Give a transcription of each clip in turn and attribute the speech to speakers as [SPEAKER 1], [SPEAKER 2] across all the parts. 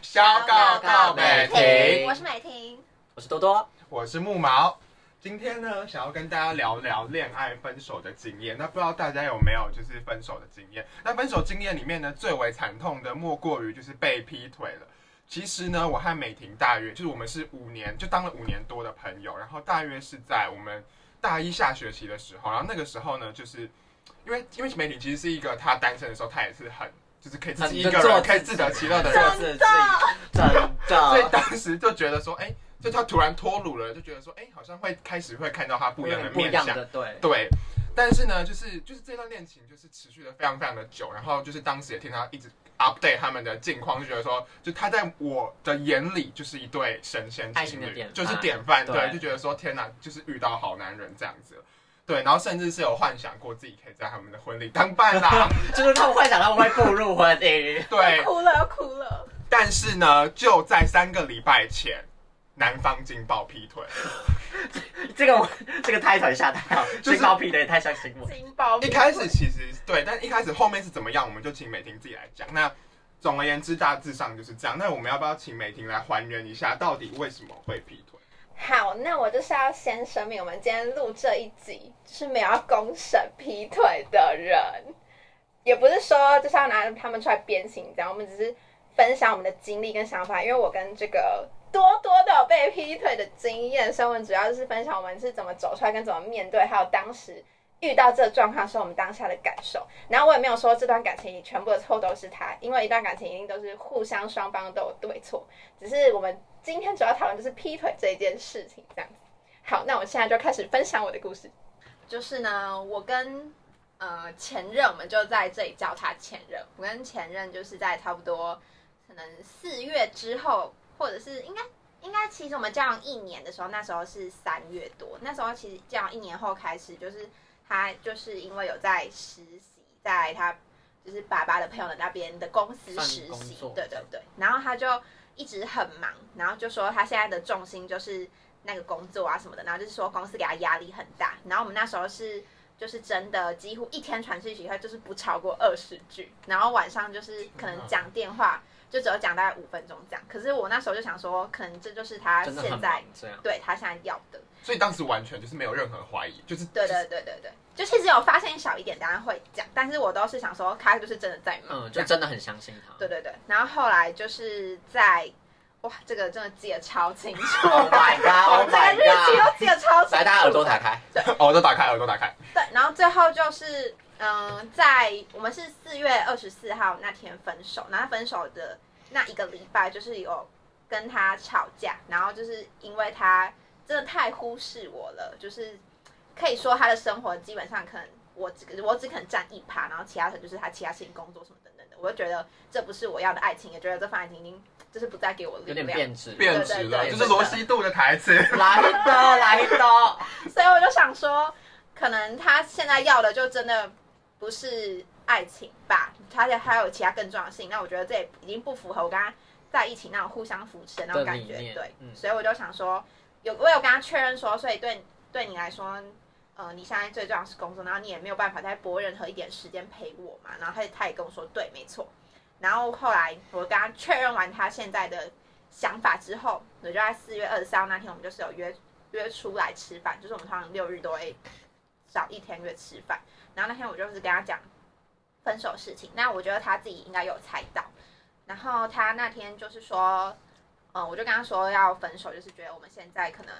[SPEAKER 1] 小告告美婷，
[SPEAKER 2] 我是美婷。
[SPEAKER 3] 我是多多，
[SPEAKER 1] 我是木毛。今天呢，想要跟大家聊聊恋爱分手的经验。那不知道大家有没有就是分手的经验？那分手经验里面呢，最为惨痛的莫过于就是被劈腿了。其实呢，我和美婷大约就是我们是五年，就当了五年多的朋友，然后大约是在我们大一下学期的时候，然后那个时候呢，就是因为因为美婷其实是一个她单身的时候，她也是很就是可以自己一个
[SPEAKER 3] 很做
[SPEAKER 1] 人可以自得其乐的人
[SPEAKER 3] 做，自己，真
[SPEAKER 1] 所以
[SPEAKER 3] 的，
[SPEAKER 1] 当时就觉得说，哎、就他突然脱乳了，就觉得说，哎、好像会开始会看到他不一样的
[SPEAKER 3] 不一
[SPEAKER 1] 面
[SPEAKER 3] 样
[SPEAKER 1] 相。
[SPEAKER 3] 的，对，
[SPEAKER 1] 对，但是呢，就是就是这段恋情就是持续的非常非常的久，然后就是当时也听他一直 update 他们的近况，就觉得说，就他在我的眼里就是一对神仙
[SPEAKER 3] 爱
[SPEAKER 1] 情
[SPEAKER 3] 情的典
[SPEAKER 1] 侣，
[SPEAKER 3] 范
[SPEAKER 1] 就是典范，
[SPEAKER 3] 对
[SPEAKER 1] 对，就觉得说，天哪，就是遇到好男人这样子。对，然后甚至是有幻想过自己可以在他们的婚礼当伴 郎，
[SPEAKER 3] 就是他们会想他们会步入婚哎姻，
[SPEAKER 1] 对，
[SPEAKER 2] 哭了，要哭了。
[SPEAKER 1] 但是呢，就在三个礼拜前，男方劲爆劈腿。
[SPEAKER 3] 这个我这个 title 下太好，
[SPEAKER 1] 就是
[SPEAKER 3] 金包皮的也太相信我，
[SPEAKER 2] 金宝
[SPEAKER 1] 一开始其实对，但一开始后面是怎么样，我们就请美婷自己来讲。那总而言之，大致上就是这样。那我们要不要请美婷来还原一下，到底为什么会劈腿？
[SPEAKER 2] 好，那我就是要先声明，我们今天录这一集就是没有要公审劈腿的人，也不是说就是要拿他们出来鞭刑这样，我们只是分享我们的经历跟想法。因为我跟这个多多都有被劈腿的经验，所以我们主要就是分享我们是怎么走出来，跟怎么面对，还有当时。遇到这个状况的时候，我们当下的感受。然后我也没有说这段感情全部的错都是他，因为一段感情一定都是互相双方都有对错，只是我们今天主要讨论就是劈腿这一件事情，这样子。好，那我现在就开始分享我的故事。就是呢，我跟呃前任，我们就在这里叫他前任。我跟前任就是在差不多可能四月之后，或者是应该应该，其实我们交往一年的时候，那时候是三月多，那时候其实交往一年后开始，就是他就是因为有在实习，在他就是爸爸的朋友的那边的公司
[SPEAKER 3] 算
[SPEAKER 2] 实
[SPEAKER 3] 工
[SPEAKER 2] 习
[SPEAKER 3] 作，
[SPEAKER 2] 对对对，然后他就。一直很忙，然后就说他现在的重心就是那个工作啊什么的，然后就是说公司给他压力很大。然后我们那时候是就是真的几乎一天传讯息，他就是不超过二十句，然后晚上就是可能讲电话就只有讲大概五分钟这样。可是我那时候就想说，可能这就是他
[SPEAKER 3] 真的很
[SPEAKER 2] 现
[SPEAKER 3] 忙
[SPEAKER 2] 在
[SPEAKER 3] 这样，
[SPEAKER 2] 对他现在要的。
[SPEAKER 1] 所以当时完全就是没有任何怀疑，就是
[SPEAKER 2] 对对对对对，就其实有发现小一点，当然会讲，但是我都是想说他就是真的在忙，
[SPEAKER 3] 嗯，
[SPEAKER 2] 这
[SPEAKER 3] 就
[SPEAKER 2] 样
[SPEAKER 3] 真的很相信他，
[SPEAKER 2] 对对对，然后后来就是在哇，这个真的记得超清 楚
[SPEAKER 3] ，Oh my god，Oh
[SPEAKER 2] 这个
[SPEAKER 3] Oh my
[SPEAKER 2] 日期
[SPEAKER 3] god，
[SPEAKER 2] 都记得超清楚。
[SPEAKER 3] 来，大家耳朵打开，
[SPEAKER 1] 耳朵哦打开，耳朵打开。
[SPEAKER 2] 对，然后最后就是，嗯、在我们是四月二十四号那天分手，然后分手的那一个礼拜，就是有跟他吵架，然后就是因为他真的太忽视我了，就是可以说他的生活基本上可能我只我只肯占一趴，然后其他可能就是他其他事情、工作什么等等的，我就觉得这不是我要的爱情，也觉得这份爱情已经就是不再给我力
[SPEAKER 3] 有点
[SPEAKER 2] 量，
[SPEAKER 3] 变质，
[SPEAKER 1] 变质了，
[SPEAKER 2] 对对对
[SPEAKER 1] 就是罗西度的台词。
[SPEAKER 3] 来的来的，
[SPEAKER 2] 所以我就想说，可能他现在要的就真的不是爱情吧，他还有其他更重要的事情。那我觉得这也已经不符合我跟他在一起那种互相扶持的那种感
[SPEAKER 3] 的理
[SPEAKER 2] 觉，
[SPEAKER 3] 念
[SPEAKER 2] 对。
[SPEAKER 3] 嗯
[SPEAKER 2] 所以我就想说，有我有跟他确认说，所以对对你来说。呃，你现在最重要的是工作，然后你也没有办法再拨任何一点时间陪我嘛。然后他他也跟我说，对，没错。然后后来我跟他确认完他现在的想法之后，我就在四月二十三号那天，我们就是有约约出来吃饭，就是我们通常六日都会找一天约吃饭。然后那天我就是跟他讲分手事情，那我觉得他自己应该有猜到。然后他那天就是说，嗯，我就跟他说要分手，就是觉得我们现在可能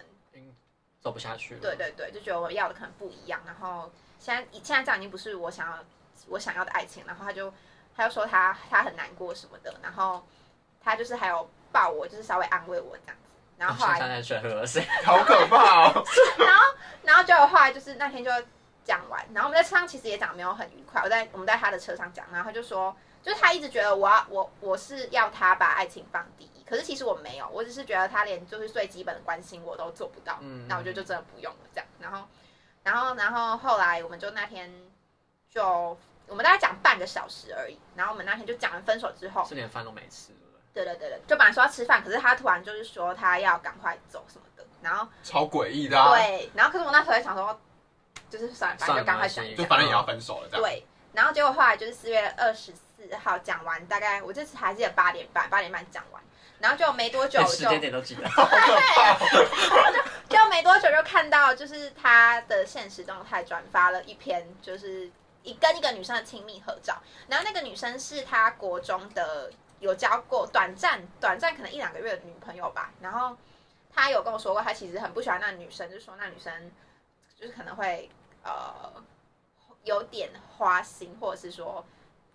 [SPEAKER 3] 走不下去了，
[SPEAKER 2] 对，对对，就觉得我要的可能不一样。然后现在现在这样已经不是我想要我想要的爱情。然后他就他就说他他很难过什么的，然后他就是还有抱我，就是稍微安慰我这样子。然后后来
[SPEAKER 3] 现在水喝水，
[SPEAKER 1] 好可怕哦！
[SPEAKER 2] 然后就后来就是那天就讲完，然后我们在车上其实也讲得没有很愉快，我在我们在他的车上讲，然后他就说，就是他一直觉得我要我我是要他把爱情放第一，可是其实我没有，我只是觉得他连就是最基本的关心我都做不到，
[SPEAKER 3] 嗯
[SPEAKER 2] 那我觉得就真的不用了这样。然后，然后，然后后来我们就那天就我们大概讲半个小时而已，然后我们那天就讲完分手之后，
[SPEAKER 3] 是连饭都没吃，对
[SPEAKER 2] 对
[SPEAKER 3] 不对
[SPEAKER 2] 对对对，就本来说要吃饭，可是他突然就是说他要赶快走什么的，然后
[SPEAKER 1] 超诡异的、啊，
[SPEAKER 2] 对，然后可是我那时候也想说，就是算了，反正就赶快讲
[SPEAKER 3] 算了没关系
[SPEAKER 1] 就反正也要分手了这样。
[SPEAKER 2] 对，然后结果后来就是四月二十四号讲完，大概我这次还记得八点半，八点半讲完，然后就没多久
[SPEAKER 3] 连哎时
[SPEAKER 2] 就
[SPEAKER 3] 间点都记得。
[SPEAKER 2] 就没多久就看到，就是他的现实动态转发了一篇，就是一跟一个女生的亲密合照。然后那个女生是他国中的有交过短暂短暂可能一两个月的女朋友吧。然后他有跟我说过，他其实很不喜欢那女生，就说那女生就是可能会呃有点花心，或者是说。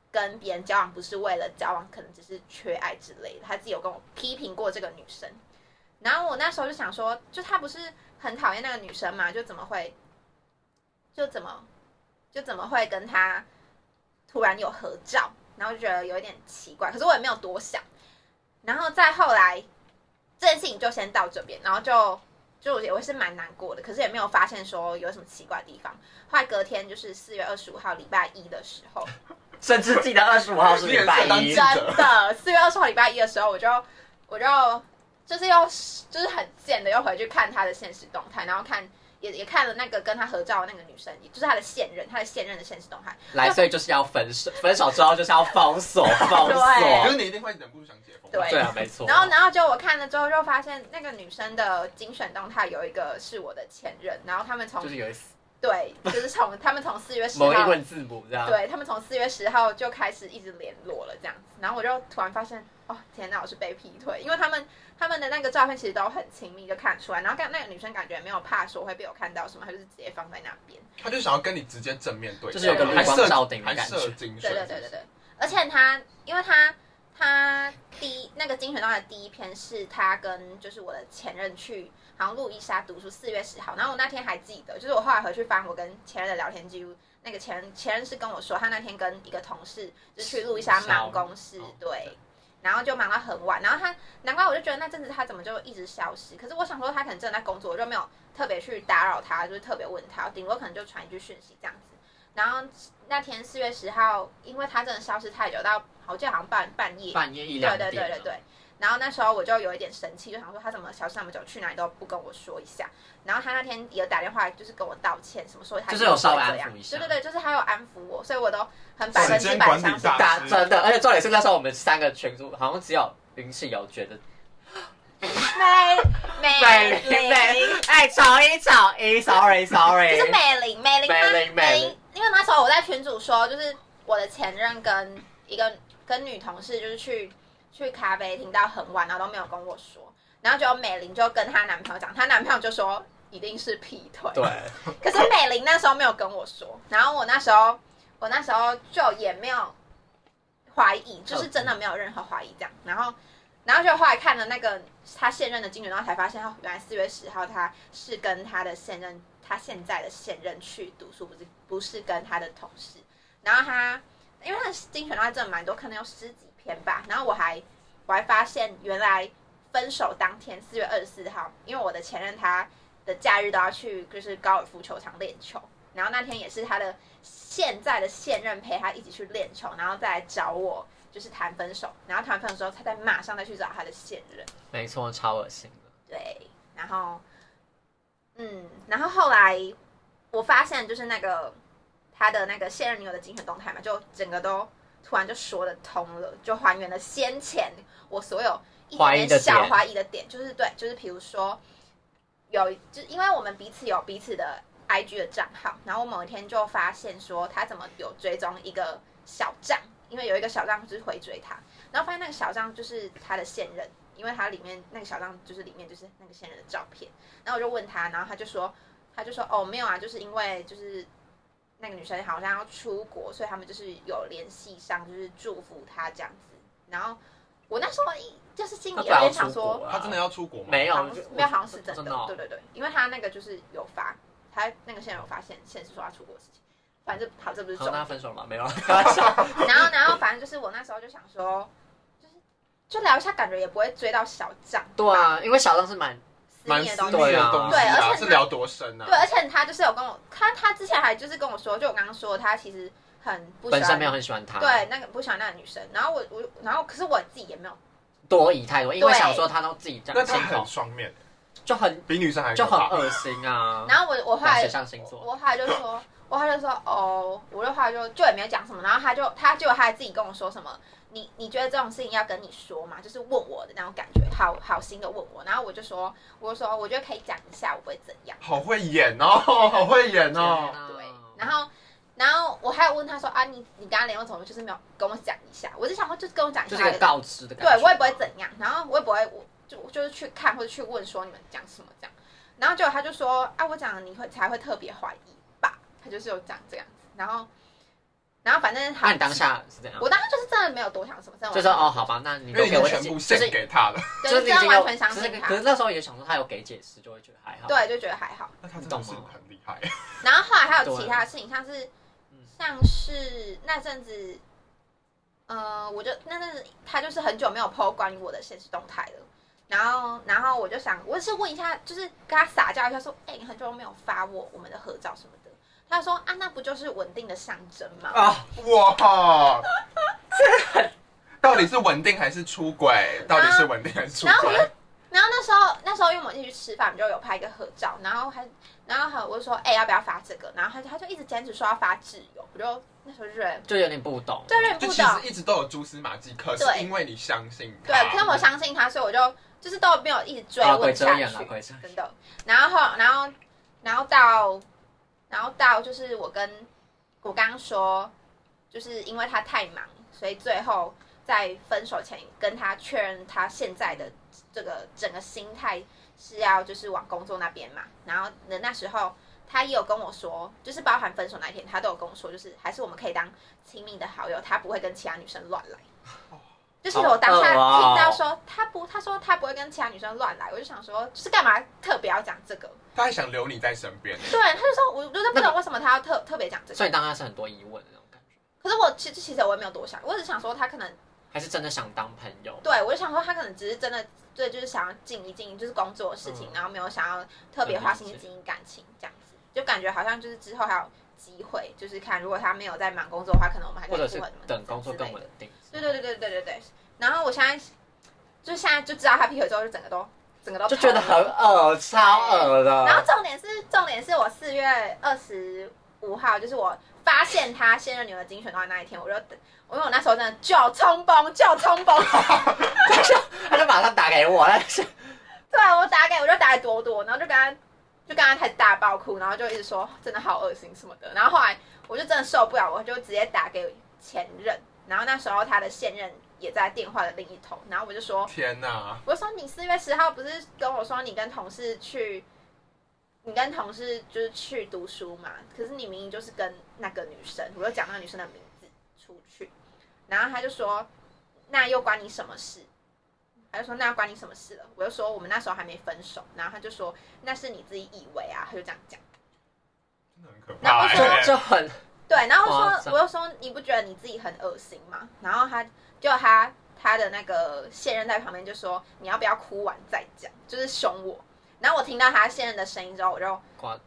[SPEAKER 2] 跟别人交往不是为了交往，可能只是缺爱之类的。他自己有跟我批评过这个女生，然后我那时候就想说，就他不是很讨厌那个女生嘛，就怎么会，就怎么，就怎么会跟他突然有合照，然后就觉得有一点奇怪，可是我也没有多想。然后再后来，这件事情就先到这边，然后就就我也我是蛮难过的，可是也没有发现说有什么奇怪的地方。后来隔天就是四月二十五号礼拜一的时候，
[SPEAKER 3] 甚至记得二十五号是礼拜
[SPEAKER 1] 当
[SPEAKER 3] 一
[SPEAKER 1] 记
[SPEAKER 2] 真，
[SPEAKER 1] 者
[SPEAKER 2] 的，四月二十号礼拜一的时候，我就我就就是要就是很贱的又回去看他的现实动态，然后看也也看了那个跟他合照的那个女生，也就是他的现任，他的现任的现实动态。
[SPEAKER 3] 来，所以就是要分手， 分手之后就是要封锁，封
[SPEAKER 1] 可
[SPEAKER 3] 锁
[SPEAKER 2] 对。啊
[SPEAKER 1] 是你一定会忍不住想解封。
[SPEAKER 2] 对
[SPEAKER 3] 对啊，没错。
[SPEAKER 2] 然后，然后就我看了之后，就发现那个女生的精选动态有一个是我的前任，然后他们从、
[SPEAKER 3] 就是有一次
[SPEAKER 2] 对，就是从他们从四月十
[SPEAKER 3] 某
[SPEAKER 2] 号
[SPEAKER 3] 英文字母这样。
[SPEAKER 2] 对他们从四月十号就开始一直联络了，这样子。然后我就突然发现，哦，天哪，我是被劈腿，因为他们他们的那个照片其实都很亲密，就看得出来。然后刚那个女生感觉没有怕说会被我看到什么，她就是直接放在那边。
[SPEAKER 1] 他就想要跟你直接正面对，
[SPEAKER 3] 就是有
[SPEAKER 2] 个
[SPEAKER 1] 还
[SPEAKER 3] 目光
[SPEAKER 1] 射
[SPEAKER 3] 照顶的
[SPEAKER 1] 还
[SPEAKER 3] 感觉
[SPEAKER 1] 射精
[SPEAKER 2] 对
[SPEAKER 1] 水
[SPEAKER 2] 对对对对，而且她因为她她第一那个精选到的第一篇是她跟就是我的前任去。好像路易莎读书，四月十号。然后我那天还记得，就是我后来回去翻我跟前任的聊天记录，那个前前任是跟我说，他那天跟一个同事就去路易莎忙公事
[SPEAKER 3] 哦，
[SPEAKER 2] 对，然后就忙到很晚。然后他难怪我就觉得那阵子他怎么就一直消失？可是我想说他可能真的在工作，我就没有特别去打扰他，就是特别问他，顶多可能就传一句讯息这样子。然后那天四月十号，因为他真的消失太久，到我记得好像半半夜
[SPEAKER 3] 半夜一两
[SPEAKER 2] 对
[SPEAKER 3] 点
[SPEAKER 2] 对
[SPEAKER 3] 了。
[SPEAKER 2] 对对对。然后那时候我就有一点生气，就想说他怎么消失那么久，去哪里都不跟我说一下。然后他那天也打电话，就是跟我道歉，什么说他
[SPEAKER 3] 就是有稍微
[SPEAKER 2] 这样
[SPEAKER 3] 安抚一下
[SPEAKER 2] 对对对，就是他有安抚我，所以我都很百分
[SPEAKER 1] 时
[SPEAKER 2] 之
[SPEAKER 1] 间
[SPEAKER 2] 百
[SPEAKER 1] 管理
[SPEAKER 2] 相信
[SPEAKER 1] 大
[SPEAKER 3] 大
[SPEAKER 1] 师
[SPEAKER 3] 真的，而且重点是那时候我们三个群组好像只有林启友觉得
[SPEAKER 2] 美 美
[SPEAKER 3] 美
[SPEAKER 2] 玲，
[SPEAKER 3] 玲美，哎，吵一吵一，sorry sorry，
[SPEAKER 2] 就是美玲美玲她
[SPEAKER 3] 美玲美玲，
[SPEAKER 2] 因为那时候我在群主说，就是我的前任跟一个跟女同事就是去去咖啡厅到很晚，然后都没有跟我说，然后结果美玲就跟她男朋友讲，她男朋友就说一定是劈腿，
[SPEAKER 3] 对，
[SPEAKER 2] 可是美玲那时候没有跟我说，然后我那时候我那时候就也没有怀疑，就是真的没有任何怀疑这样。然后然后就后来看了那个他现任的经理，然后才发现，哦，原来四月十号他是跟他的现任，他现在的现任去读书，不是不是跟他的同事。然后他因为他的精选的话真的蛮多，可能有十几篇吧。然后我还我还发现原来分手当天四月二十四号，因为我的前任他的假日都要去就是高尔夫球场练球，然后那天也是他的现在的现任陪他一起去练球，然后再来找我就是谈分手，然后谈分手之后，他再马上再去找他的现任，
[SPEAKER 3] 没错，超恶心的，
[SPEAKER 2] 对，然后嗯，然后后来我发现就是那个他的那个现任女友的精选动态嘛，就整个都突然就说得通了，就还原了先前我所有一
[SPEAKER 3] 怀疑
[SPEAKER 2] 点
[SPEAKER 3] 的
[SPEAKER 2] 点
[SPEAKER 3] 点
[SPEAKER 2] 小怀疑的点，就是对，就是比如说有，就因为我们彼此有彼此的 IG 的账号，然后我某一天就发现说他怎么有追踪一个小账，因为有一个小账就是回追他，然后发现那个小账就是他的现任。因为他里面那个小账就是里面就是那个现任的照片，然后我就问他，然后他就说，他就说哦没有啊，就是因为就是那个女生好像要出国，所以他们就是有联系上，就是祝福她这样子。然后我那时候一就是心里有点想说，
[SPEAKER 1] 他真的要出国吗？
[SPEAKER 3] 没有
[SPEAKER 2] 好像是没有，好像是真
[SPEAKER 3] 哦
[SPEAKER 2] 的，对对对，因为他那个就是有发，他那个现在有发现，现实说他出国的事情，反正好这不是
[SPEAKER 3] 好，
[SPEAKER 2] 重
[SPEAKER 3] 那
[SPEAKER 2] 点
[SPEAKER 3] 他。分手了吗？没有，
[SPEAKER 2] 然后然后反正就是我那时候就想说，就是就聊一下，感觉也不会追到小账，
[SPEAKER 3] 对啊，因为小张是蛮
[SPEAKER 2] 私
[SPEAKER 1] 蛮
[SPEAKER 2] 密的东
[SPEAKER 1] 私密
[SPEAKER 2] 西，
[SPEAKER 3] 对
[SPEAKER 1] 的
[SPEAKER 3] 啊
[SPEAKER 1] 东西
[SPEAKER 2] 对而
[SPEAKER 1] 啊，
[SPEAKER 2] 且
[SPEAKER 1] 是聊多深啊
[SPEAKER 2] 对，？而且他就是有跟我，他他之前还就是跟我说，就我刚刚说，他其实很不喜
[SPEAKER 3] 本身没有
[SPEAKER 2] 欢，
[SPEAKER 3] 很喜欢他，
[SPEAKER 2] 对，那个不喜欢那个女生。然后我我，然后可是我自己也没有，
[SPEAKER 3] 多疑太多，因为
[SPEAKER 2] 对
[SPEAKER 3] 想说他都自己这
[SPEAKER 1] 那
[SPEAKER 3] 样
[SPEAKER 1] 他
[SPEAKER 3] 亲
[SPEAKER 1] 很
[SPEAKER 3] 口，
[SPEAKER 1] 双面，
[SPEAKER 3] 就很
[SPEAKER 1] 比女生还
[SPEAKER 3] 就
[SPEAKER 1] 可
[SPEAKER 3] 很
[SPEAKER 1] 怕。
[SPEAKER 3] 恶心啊。
[SPEAKER 2] 然后我我后
[SPEAKER 3] 那
[SPEAKER 2] 来
[SPEAKER 3] 水象星座
[SPEAKER 2] 我后来就说，我他就说哦，我的话就就也没有讲什么，然后他就他就他还自己跟我说什么，你你觉得这种事情要跟你说吗？就是问我的那种感觉，好好心的问我，然后我就说我就说哦我觉得可以讲一下，我不会怎样。
[SPEAKER 1] 好会演哦， 好会演哦。
[SPEAKER 3] 啊
[SPEAKER 2] 对，然后然后我还有问他说啊，你你跟他联络怎么就是没有跟我讲一下？我就想说就是跟我讲一
[SPEAKER 3] 就
[SPEAKER 2] 下
[SPEAKER 3] 是，个告知的感觉。
[SPEAKER 2] 对我也不会怎样，然后我也不会我就就是去看或者去问说你们讲什么这样，然后结果他就说啊，我讲了你会才会特别怀疑吧，他就是有讲这样子，然后然后反正好
[SPEAKER 3] 那你当。下是这样，
[SPEAKER 2] 我当时就是真的没有多想什么，真的
[SPEAKER 3] 就说哦，好吧，那你
[SPEAKER 1] 因
[SPEAKER 3] 都
[SPEAKER 1] 为已
[SPEAKER 3] 给
[SPEAKER 1] 经
[SPEAKER 3] 我
[SPEAKER 1] 全
[SPEAKER 3] 解
[SPEAKER 1] 部
[SPEAKER 3] 就
[SPEAKER 1] 献
[SPEAKER 3] 是
[SPEAKER 1] 给他了，
[SPEAKER 2] 对，
[SPEAKER 3] 就
[SPEAKER 2] 就是是
[SPEAKER 3] 你
[SPEAKER 2] 真
[SPEAKER 3] 已
[SPEAKER 2] 的
[SPEAKER 3] 经
[SPEAKER 2] 完
[SPEAKER 3] 有，
[SPEAKER 2] 全相
[SPEAKER 3] 就是
[SPEAKER 2] 信
[SPEAKER 3] 可
[SPEAKER 2] 他，
[SPEAKER 3] 是那时候也想说他有给解释，就会觉得还好。
[SPEAKER 2] 对，就觉得还好。
[SPEAKER 1] 那他真
[SPEAKER 3] 懂
[SPEAKER 1] 的
[SPEAKER 3] 吗
[SPEAKER 1] 是很厉害。
[SPEAKER 2] 然后后来还有
[SPEAKER 3] 对
[SPEAKER 2] 其他的事情，像是
[SPEAKER 3] 嗯
[SPEAKER 2] 像是那阵子，呃，我就那阵子他就是很久没有 PO 关于我的现实动态了。然后，然后我就想，我是问一下，就是跟他撒娇一下，说，哎、你很久没有发我我们的合照什么的。他就说啊，那不就是稳定的象征吗？
[SPEAKER 1] 哦
[SPEAKER 3] 啊，
[SPEAKER 1] 哇，这到底是稳定还是出轨？到底是稳定还是出
[SPEAKER 2] 然后我
[SPEAKER 1] 轨？
[SPEAKER 2] 然后那时候，那时候因为我们一起去吃饭，我们就有拍一个合照。然后还，然后还有我就说，哎、要不要发这个？然后他就他就一直坚持说要发挚友，我就那时候忍，
[SPEAKER 3] 就有点不懂。
[SPEAKER 2] 就忍
[SPEAKER 1] 就
[SPEAKER 2] 不
[SPEAKER 1] 其
[SPEAKER 2] 懂
[SPEAKER 1] 实。一直都有蛛丝马迹，可是
[SPEAKER 2] 对
[SPEAKER 1] 因为你相信他，
[SPEAKER 3] 哎
[SPEAKER 2] 对，可是我相信他，所以我就就是都没有一直追
[SPEAKER 3] 啊，
[SPEAKER 2] 问
[SPEAKER 3] 鬼嗯遮
[SPEAKER 2] 下
[SPEAKER 3] 眼了，
[SPEAKER 2] 去，
[SPEAKER 3] 鬼遮眼。
[SPEAKER 2] 真的。然后然后然后到然后到就是我跟我刚刚说，就是因为他太忙，所以最后在分手前跟他确认他现在的这个整个心态是要就是往工作那边嘛。然后呢那时候。他也有跟我说，就是包含分手那一天，他都有跟我说，就是还是我们可以当亲密的好友，他不会跟其他女生乱来。就是我当下听
[SPEAKER 3] 好恶
[SPEAKER 2] 到
[SPEAKER 3] 哦
[SPEAKER 2] 说他不，他说他不会跟其他女生乱来，我就想说，就是干嘛特别要讲这个？
[SPEAKER 1] 他还想留你在身边。
[SPEAKER 2] 对，他就说，我我就不懂为什么他要特特别讲这个。
[SPEAKER 3] 所以当下是很多疑问的那种感觉，
[SPEAKER 2] 可是我其实其实我也没有多想，我只是想说他可能
[SPEAKER 3] 还是真的想当朋友？
[SPEAKER 2] 对我就想说他可能只是真的对，就是想要静一静，就是工作的事情，
[SPEAKER 3] 嗯
[SPEAKER 2] 然后没有想要特别花心思经营感情这样子，就感觉好像就是之后还有机会，就是看如果他没有在忙工作的话，可能我们还可
[SPEAKER 3] 或
[SPEAKER 2] 以
[SPEAKER 3] 者
[SPEAKER 2] 复
[SPEAKER 3] 是
[SPEAKER 2] 合什么
[SPEAKER 3] 等工作
[SPEAKER 2] 之类
[SPEAKER 3] 更
[SPEAKER 2] 的
[SPEAKER 3] 稳定？
[SPEAKER 2] 对对对对对对对。然后我现在就现在就知道他劈腿之后，就整个都整个都
[SPEAKER 3] 就觉得
[SPEAKER 2] 跑
[SPEAKER 3] 很
[SPEAKER 2] 了
[SPEAKER 3] 恶，超恶
[SPEAKER 2] 然后
[SPEAKER 3] 的。
[SPEAKER 2] 重点是，重点是我四月二十五号，就是我发现他现任女友的精选到的那一天，我就等，我因为我那时候真的就冲崩，就冲崩，
[SPEAKER 3] 他就马上打给我，他就
[SPEAKER 2] 对啊我打给我就打给多多，然后就跟他就跟他开始大爆哭，然后就一直说真的好恶心什么的，然后后来我就真的受不了，我就直接打给前任，然后那时候他的现任也在电话的另一头，然后我就说
[SPEAKER 1] 天哪，
[SPEAKER 2] 我说你四月十号不是跟我说你跟同事去，你跟同事就是去读书嘛？可是你明明就是跟那个女生，我就讲那个女生的名字出去，然后他就说那又关你什么事？他就说那关你什么事了？我就说我们那时候还没分手，然后他就说那是你自己以为啊，他就这样讲。
[SPEAKER 1] 真的很可
[SPEAKER 2] 然后
[SPEAKER 1] 怕
[SPEAKER 2] 我
[SPEAKER 1] 欸。
[SPEAKER 3] 就就很
[SPEAKER 2] 对，然后
[SPEAKER 3] 夸
[SPEAKER 2] 我
[SPEAKER 3] 张
[SPEAKER 2] 说，我就说你不觉得你自己很恶心吗？然后他就他他的那个现任在旁边就说你要不要哭完再讲，就是凶我。然后我听到他现任的声音之后，我就
[SPEAKER 3] 挂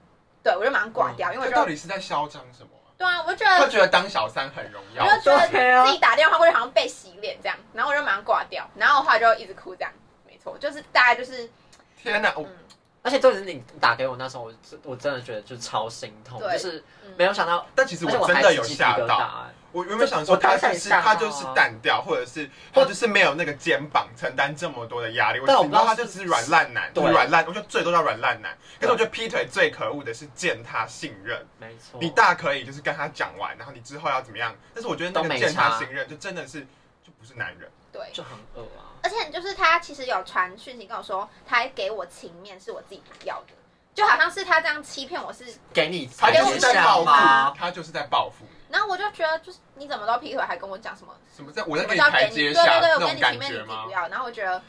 [SPEAKER 2] 对我就马上挂
[SPEAKER 3] 嗯
[SPEAKER 2] 掉，因为
[SPEAKER 1] 他
[SPEAKER 2] 我
[SPEAKER 1] 到
[SPEAKER 2] 就
[SPEAKER 1] 底是在嚣张什么啊？
[SPEAKER 2] 对啊，我就觉
[SPEAKER 1] 他
[SPEAKER 2] 得
[SPEAKER 1] 觉得当小三很荣耀
[SPEAKER 2] 我，就觉
[SPEAKER 3] 对
[SPEAKER 2] 得
[SPEAKER 3] 啊
[SPEAKER 2] 自己打电话过去好像被洗脸这样，然后我就马上挂掉，然后我后来就一直哭这样，没错，就是大概就是
[SPEAKER 1] 天
[SPEAKER 3] 哦
[SPEAKER 1] 哪，我
[SPEAKER 2] 嗯
[SPEAKER 3] 而且就是你打给我那时候，我真我真的觉得就是超心痛，
[SPEAKER 2] 对
[SPEAKER 3] 就是
[SPEAKER 2] 嗯
[SPEAKER 3] 没有想到，
[SPEAKER 1] 但其实
[SPEAKER 3] 而且
[SPEAKER 1] 我真
[SPEAKER 3] 还
[SPEAKER 1] 的
[SPEAKER 3] 是
[SPEAKER 1] 有
[SPEAKER 3] 鸡皮
[SPEAKER 1] 吓
[SPEAKER 3] 疙
[SPEAKER 1] 到。
[SPEAKER 3] 瘩。哎
[SPEAKER 1] 我原本想说
[SPEAKER 3] 我
[SPEAKER 1] 他
[SPEAKER 3] 当下
[SPEAKER 1] 就
[SPEAKER 3] 也
[SPEAKER 1] 是
[SPEAKER 3] 吓到
[SPEAKER 1] 他
[SPEAKER 3] 啊
[SPEAKER 1] 就是淡掉，或者是他就是没有那个肩膀承担这么多的压力。我
[SPEAKER 3] 但我
[SPEAKER 1] 只
[SPEAKER 3] 不
[SPEAKER 1] 知
[SPEAKER 3] 知道
[SPEAKER 1] 道他就是软烂男，
[SPEAKER 3] 对
[SPEAKER 1] 就是软烂，我觉得最多叫软烂男。可
[SPEAKER 3] 对
[SPEAKER 1] 是我觉得劈腿最可恶的是践踏信任。
[SPEAKER 3] 没错，
[SPEAKER 1] 你大可以就是跟他讲完，然后你之后要怎么样？但是我觉得那
[SPEAKER 3] 都
[SPEAKER 1] 个
[SPEAKER 3] 没
[SPEAKER 1] 践踏
[SPEAKER 3] 差
[SPEAKER 1] 信任就真的是就不是男人。
[SPEAKER 2] 对。
[SPEAKER 3] 就很恶啊。
[SPEAKER 2] 而且就是他其实有传讯息跟我说，他还给我情面是我自己不要的，就好像是他这样欺骗我是
[SPEAKER 3] 给你
[SPEAKER 1] 他
[SPEAKER 2] 给
[SPEAKER 1] 就
[SPEAKER 2] 我
[SPEAKER 1] 是
[SPEAKER 2] 一
[SPEAKER 1] 在
[SPEAKER 2] 下
[SPEAKER 1] 报
[SPEAKER 3] 吗
[SPEAKER 1] 复，？他就是在报复你。
[SPEAKER 2] 然后我就觉得，就是你怎么都劈腿，还跟我讲什么？
[SPEAKER 1] 什么在我
[SPEAKER 2] 什么
[SPEAKER 1] 在给你
[SPEAKER 2] 叫
[SPEAKER 1] 台
[SPEAKER 2] 给你？
[SPEAKER 1] 阶
[SPEAKER 2] 对
[SPEAKER 1] 下
[SPEAKER 2] 对对，
[SPEAKER 1] 那
[SPEAKER 2] 我给
[SPEAKER 1] 种
[SPEAKER 2] 你
[SPEAKER 1] 感
[SPEAKER 2] 情面你
[SPEAKER 1] 觉
[SPEAKER 2] 自己
[SPEAKER 1] 吗
[SPEAKER 2] 不？要。然后我觉得，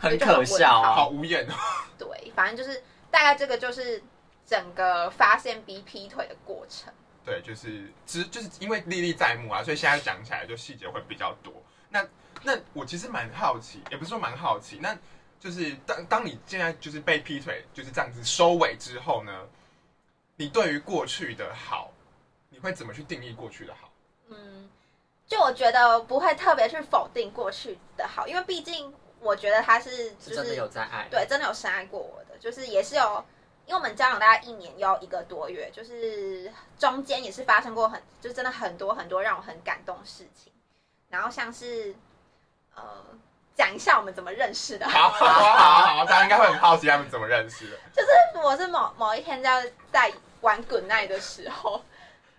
[SPEAKER 3] 很可笑啊
[SPEAKER 1] 好。无言哦。
[SPEAKER 2] 对，反正就是大概这个就是整个发现 B 劈腿的过程。
[SPEAKER 1] 对，就是只就是因为历历在目啊，所以现在讲起来就细节会比较多。那那我其实蛮好奇，也不是说蛮好奇，那就是当当你现在就是被劈腿就是这样子收尾之后呢，你对于过去的好，你会怎么去定义过去的好？
[SPEAKER 2] 嗯，就我觉得不会特别去否定过去的好，因为毕竟我觉得他是
[SPEAKER 3] 是
[SPEAKER 2] 就
[SPEAKER 3] 真的
[SPEAKER 2] 是
[SPEAKER 3] 有在爱，
[SPEAKER 2] 对真的有深爱过我的，就是也是有因为我们交往大概一年又一个多月，就是中间也是发生过很，就真的很多很多让我很感动的事情。然后像是，呃，讲一下我们怎么认识的。
[SPEAKER 1] 好好好好好，大家应该会很好奇他们怎么认识的。
[SPEAKER 2] 我是某某一天在在玩滚奈的时候，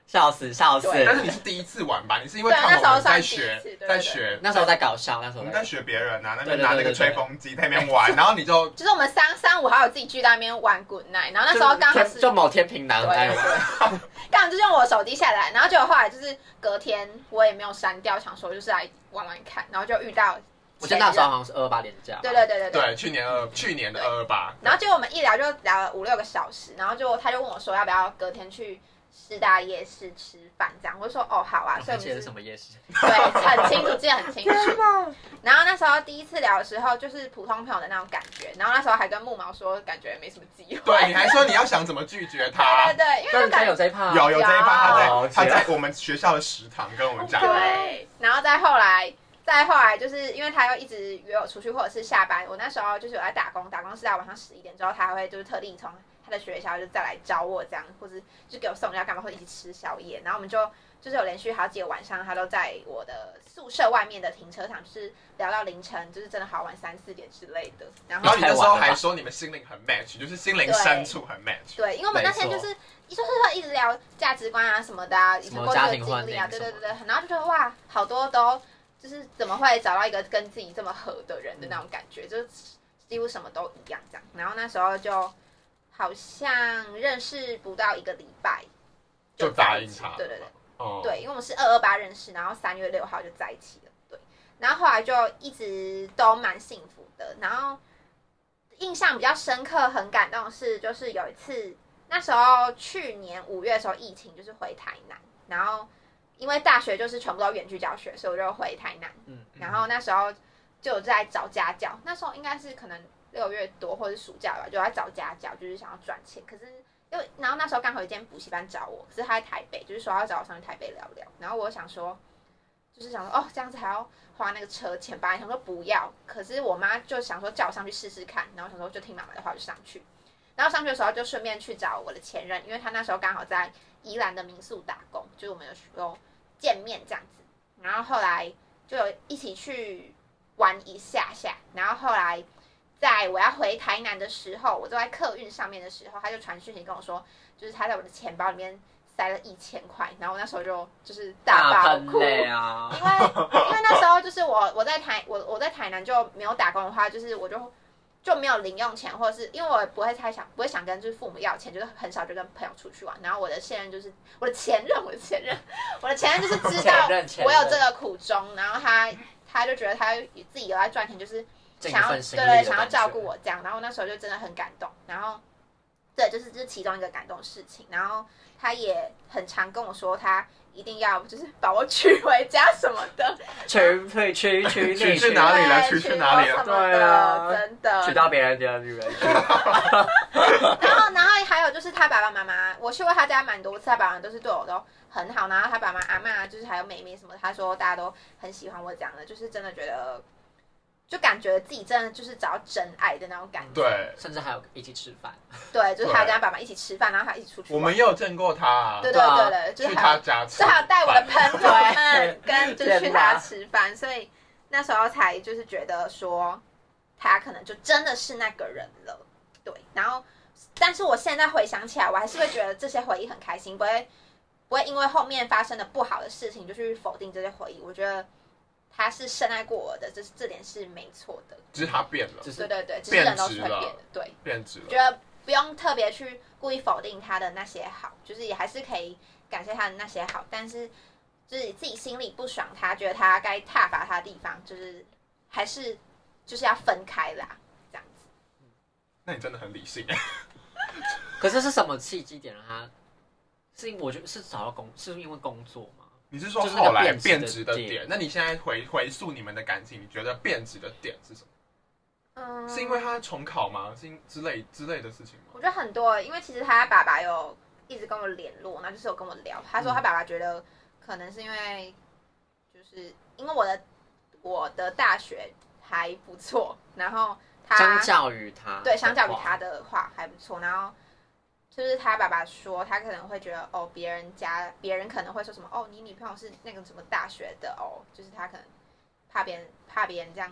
[SPEAKER 3] 笑死笑死！
[SPEAKER 2] 对
[SPEAKER 1] 但是你是第一次玩吧？你是因为
[SPEAKER 2] 对啊那
[SPEAKER 1] 看
[SPEAKER 2] 时候
[SPEAKER 1] 我们在
[SPEAKER 2] 算第一
[SPEAKER 1] 学
[SPEAKER 2] 次对，对
[SPEAKER 1] 在
[SPEAKER 2] 对
[SPEAKER 1] 学，
[SPEAKER 3] 那时候在搞笑，那时
[SPEAKER 1] 我
[SPEAKER 3] 候
[SPEAKER 1] 们
[SPEAKER 3] 在
[SPEAKER 1] 在学别人啊，那
[SPEAKER 3] 对
[SPEAKER 1] 边
[SPEAKER 3] 对
[SPEAKER 1] 拿那
[SPEAKER 3] 对
[SPEAKER 1] 个
[SPEAKER 3] 对
[SPEAKER 1] 吹
[SPEAKER 3] 对
[SPEAKER 1] 风机在那边玩，然后你就
[SPEAKER 2] 就是我们三三五好友自己聚在那边玩滚奈，然后那时候刚好
[SPEAKER 3] 就是就就某天平南哎在玩，
[SPEAKER 2] 刚好就用我手机下载，然后结果后来就是隔天我也没有删掉，想说就是来玩玩看，然后就遇到前任，
[SPEAKER 3] 我记得那时候好像是二八年假，
[SPEAKER 2] 对对对对对。
[SPEAKER 1] 对去年二去年的二二八，
[SPEAKER 2] 然后结果我们一聊就聊了五六个小时，然后就他就问我说要不要隔天去师大夜市吃饭这样，我就说哦好啊，所以我
[SPEAKER 3] 还记得
[SPEAKER 2] 们是
[SPEAKER 3] 是什么夜市？
[SPEAKER 2] 对很清楚，记得很清楚。然后那时候第一次聊的时候就是普通朋友的那种感觉，然后那时候还跟木毛说感觉没什么机会，
[SPEAKER 1] 对，你还说你要想怎么拒绝他
[SPEAKER 3] 啊
[SPEAKER 2] 对对，对，因为
[SPEAKER 3] 那
[SPEAKER 2] 就
[SPEAKER 3] 你家
[SPEAKER 2] 感
[SPEAKER 3] 有这一趴？
[SPEAKER 1] 有有这一趴，
[SPEAKER 3] 有
[SPEAKER 1] 他在他在我们学校的食堂跟我们讲，
[SPEAKER 2] 对，然后再后来，再后来就是因为他又一直约我出去，或者是下班，我那时候就是有在打工，打工是到晚上十一点之后，他还会就是特地从他的学校就再来找我这样，或者就给我送要干嘛，或者一起吃宵夜，然后我们就就是有连续好几个晚上，他都在我的宿舍外面的停车场，就是聊到凌晨，就是真的好晚三四点之类的，然
[SPEAKER 1] 然
[SPEAKER 2] 后
[SPEAKER 1] 后。你那时候还说你们心灵很 match，就是心灵深处很 match。
[SPEAKER 2] 对，因为我们那天就是一就是会一直聊价值观啊什么的啊，以
[SPEAKER 3] 什
[SPEAKER 2] 前
[SPEAKER 3] 么
[SPEAKER 2] 过去
[SPEAKER 3] 家
[SPEAKER 2] 的经
[SPEAKER 3] 庭
[SPEAKER 2] 历啊，
[SPEAKER 3] 观念
[SPEAKER 2] 对
[SPEAKER 3] 什
[SPEAKER 2] 对
[SPEAKER 3] 么
[SPEAKER 2] 对对，然后就觉得哇，好多都就是怎么会找到一个跟自己这么合的人的
[SPEAKER 3] 嗯
[SPEAKER 2] 那种感觉，就是几乎什么都一样这样。然后那时候就好像认识不到一个礼拜
[SPEAKER 1] 就
[SPEAKER 2] 在一
[SPEAKER 1] 答应
[SPEAKER 2] 起
[SPEAKER 1] 他了
[SPEAKER 2] 对对对。
[SPEAKER 1] 哦，
[SPEAKER 2] 对，因为我们是二二八认识，然后三月六号就在一起了，对。然后后来就一直都蛮幸福的，然后印象比较深刻、很感动的是，就是有一次，那时候去年五月的时候，疫情就是回台南，然后因为大学就是全部都远距教学，所以我就回台南，
[SPEAKER 3] 嗯，
[SPEAKER 2] 然后那时候就有在找家教，那时候应该是可能六月多或者是暑假吧，就在找家教，就是想要赚钱。可是因为然后那时候刚好有一间补习班找我，可是他在台北，就是说要找我上去台北聊聊。然后我想说，就是想说哦，这样子还要花那个车钱吧？想说不要，可是我妈就想说叫我上去试试看，然后想说就听妈妈的话就上去。然后上去的时候就顺便去找我的前任，因为他那时候刚好在宜兰的民宿打工，就是我们有有见面这样子。然后后来就有一起去玩一下下，然后后来在我要回台南的时候，我坐在客运上面的时候，他就传讯息跟我说，就是他在我的钱包里面塞了一千块，然后我那时候就就是大
[SPEAKER 3] 大
[SPEAKER 2] 爆
[SPEAKER 3] 喷
[SPEAKER 2] 哭，
[SPEAKER 3] 泪啊！
[SPEAKER 2] 因为因为那时候就是我我在台我我在台南就没有打工的话，就是我就就没有零用钱，或者是因为我也不会太想不会想跟就是父母要钱，就是很少就跟朋友出去玩。然后我的现任就是我的前任，我的前任，我的前任就是知道
[SPEAKER 3] 前任前
[SPEAKER 2] 我
[SPEAKER 3] 任
[SPEAKER 2] 有这个苦衷，然后他他就觉得他自己有在赚钱，就是
[SPEAKER 3] 尽
[SPEAKER 2] 想要
[SPEAKER 3] 份
[SPEAKER 2] 对
[SPEAKER 3] 心力
[SPEAKER 2] 对
[SPEAKER 3] 的
[SPEAKER 2] 想要
[SPEAKER 3] 感觉
[SPEAKER 2] 照顾我这样。然后那时候就真的很感动，然后对，就是这、是其中一个感动的事情。然后他也很常跟我说他。一定要就是把我娶回家什么的，
[SPEAKER 3] 去去 去去
[SPEAKER 1] 去去哪里了
[SPEAKER 2] 对
[SPEAKER 1] 去去哪里了
[SPEAKER 2] 我什么的
[SPEAKER 3] 对啊
[SPEAKER 2] 真的。
[SPEAKER 3] 娶到别人家的女人去？
[SPEAKER 2] 然后，然后还有就是他爸爸妈妈，我去过他家蛮多次，他爸爸妈妈都是对我都很好。然后他爸妈、阿妈，就是还有妹妹什么，他说大家都很喜欢我这样的，就是真的觉得，就感觉自己真的就是找到真爱的那种感觉。
[SPEAKER 1] 对，
[SPEAKER 3] 甚至还有一起吃饭，
[SPEAKER 2] 对，就是还有
[SPEAKER 1] 对
[SPEAKER 2] 跟他爸妈一起吃饭，然后还一起出去
[SPEAKER 1] 我
[SPEAKER 2] 玩。
[SPEAKER 1] 们也有见过他啊，
[SPEAKER 2] 对
[SPEAKER 3] 对
[SPEAKER 2] 对
[SPEAKER 3] 啊
[SPEAKER 2] 对对，就是
[SPEAKER 1] 去
[SPEAKER 2] 还有
[SPEAKER 1] 他家吃
[SPEAKER 2] 正
[SPEAKER 1] 饭，
[SPEAKER 2] 好带我的朋友们
[SPEAKER 3] 对
[SPEAKER 2] 跟就是去他吃饭，所以那时候才就是觉得说他可能就真的是那个人了，对。然后，但是我现在回想起来，我还是会觉得这些回忆很开心，不会不会因为后面发生的不好的事情就去否定这些回忆。我觉得他是深爱过我的，这是这点是没错的。
[SPEAKER 1] 只是他变了，
[SPEAKER 3] 就
[SPEAKER 2] 对
[SPEAKER 3] 是
[SPEAKER 2] 对对，只是
[SPEAKER 1] 变
[SPEAKER 2] 人都是
[SPEAKER 1] 质
[SPEAKER 2] 会
[SPEAKER 1] 了
[SPEAKER 2] 变的，对。
[SPEAKER 1] 变质了。
[SPEAKER 2] 觉得不用特别去故意否定他的那些好，就是也还是可以感谢他的那些好，但是就是自己心里不爽他，觉得他该踏伐他的地方，就是还是就是要分开啦，这样子。
[SPEAKER 1] 那你真的很理性，
[SPEAKER 3] 可是是什么契机点让他？是因我觉得是找到工，是因为工作吗？
[SPEAKER 1] 你是说
[SPEAKER 3] 就是那个
[SPEAKER 1] 后来
[SPEAKER 3] 变
[SPEAKER 1] 变
[SPEAKER 3] 质
[SPEAKER 1] 质
[SPEAKER 3] 的
[SPEAKER 1] 的
[SPEAKER 3] 点
[SPEAKER 1] 点？那你现在回回溯你们的感情，你觉得变质的点是什么？
[SPEAKER 2] 嗯
[SPEAKER 1] 是因为他重考吗？是因之类之类的事情吗
[SPEAKER 2] 我？觉得很多，因为其实他爸爸有一直跟我联络，然后就是有跟我聊，他说他爸爸觉得可能是因为就是因为我的我的大学还不错，然后他
[SPEAKER 3] 相较于他，
[SPEAKER 2] 对，相较于他，的话还不错。然后就是他爸爸说，他可能会觉得哦，别人家别人可能会说什么哦，你女朋友是那个什么大学的哦，就是他可能怕别人怕别人这样，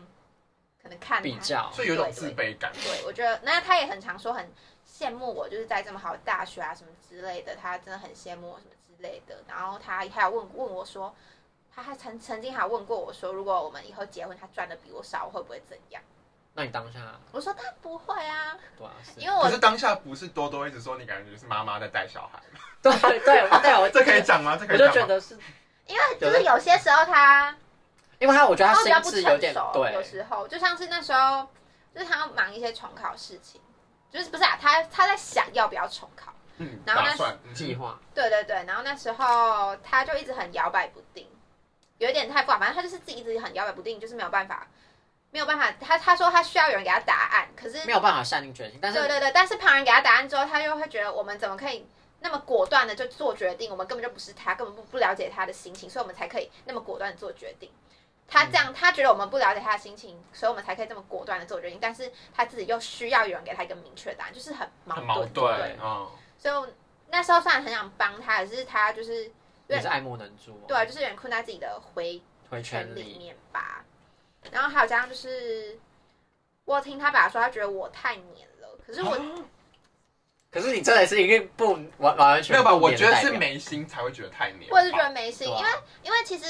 [SPEAKER 2] 可能看
[SPEAKER 3] 比
[SPEAKER 2] 他。
[SPEAKER 3] 较，
[SPEAKER 1] 所以有一种自卑感。
[SPEAKER 2] 哦对，我觉得那他也很常说很羡慕我，就是在这么好的大学啊什么之类的，他真的很羡慕我什么之类的。然后他还有问问我说，他还曾曾经还问过我说，如果我们以后结婚，他赚的比我少，我会不会怎样？
[SPEAKER 3] 那你当下
[SPEAKER 2] 我说他不会啊，
[SPEAKER 3] 对啊，是
[SPEAKER 2] 因为我
[SPEAKER 1] 可是当下不是多多一直说你感觉就是妈妈在带小孩，
[SPEAKER 3] 对对对，我
[SPEAKER 1] 这可以，讲吗？这可
[SPEAKER 3] 我
[SPEAKER 1] 以
[SPEAKER 3] 就
[SPEAKER 1] 讲
[SPEAKER 3] 觉
[SPEAKER 1] 吗？
[SPEAKER 3] 得是
[SPEAKER 2] 因为 就是有些时候他
[SPEAKER 3] 因为他我觉
[SPEAKER 2] 他
[SPEAKER 3] 得他
[SPEAKER 2] 会比较
[SPEAKER 3] 心
[SPEAKER 2] 不
[SPEAKER 3] 智有
[SPEAKER 2] 成
[SPEAKER 3] 点
[SPEAKER 2] 熟，有
[SPEAKER 3] 对，
[SPEAKER 2] 时候就像是那时候，就是他要忙一些重考事情，就是不是啊，他他在想要不要重考。
[SPEAKER 1] 嗯，
[SPEAKER 2] 然后
[SPEAKER 1] 打
[SPEAKER 2] 那
[SPEAKER 1] 算嗯
[SPEAKER 3] 计划
[SPEAKER 2] 对对对，然后那时候他就一直很摇摆不定，有一点太复杂，反正他就是自己一直很摇摆不定，就是没有办法，没有办法。他他说他需要有人给他答案，可是
[SPEAKER 3] 没有办法下定决心，但
[SPEAKER 2] 嗯对
[SPEAKER 3] 是
[SPEAKER 2] 对对，但是旁人给他答案之后，他又会觉得我们怎么可以那么果断的就做决定？我们根本就不是他，根本不不了解他的心情，所以我们才可以那么果断的做决定。他这样，他觉得我们不了解他的心情，所以我们才可以这么果断的做决定。但是他自己又需要有人给他一个明确答案，就是很矛
[SPEAKER 1] 很
[SPEAKER 2] 盾。
[SPEAKER 1] 矛
[SPEAKER 2] 对
[SPEAKER 1] 盾，嗯，
[SPEAKER 2] 所以我那时候虽然很想帮他，可是他就是
[SPEAKER 3] 也是爱莫能助哦，
[SPEAKER 2] 对啊，就是有点困在自己的回
[SPEAKER 3] 回
[SPEAKER 2] 圈
[SPEAKER 3] 圈
[SPEAKER 2] 里
[SPEAKER 3] 里，
[SPEAKER 2] 面吧。然后还有加上就是，我有听他爸说，他觉得我太黏了。可是我
[SPEAKER 3] 可是你真的是一个不完完全
[SPEAKER 1] 没有吧？
[SPEAKER 3] 不
[SPEAKER 1] 我
[SPEAKER 3] 黏
[SPEAKER 1] 觉得
[SPEAKER 3] 的代
[SPEAKER 1] 是
[SPEAKER 3] 表
[SPEAKER 1] 没心才会觉得太黏吧，
[SPEAKER 2] 我也是觉得没心，
[SPEAKER 3] 对啊
[SPEAKER 2] 因为因为其实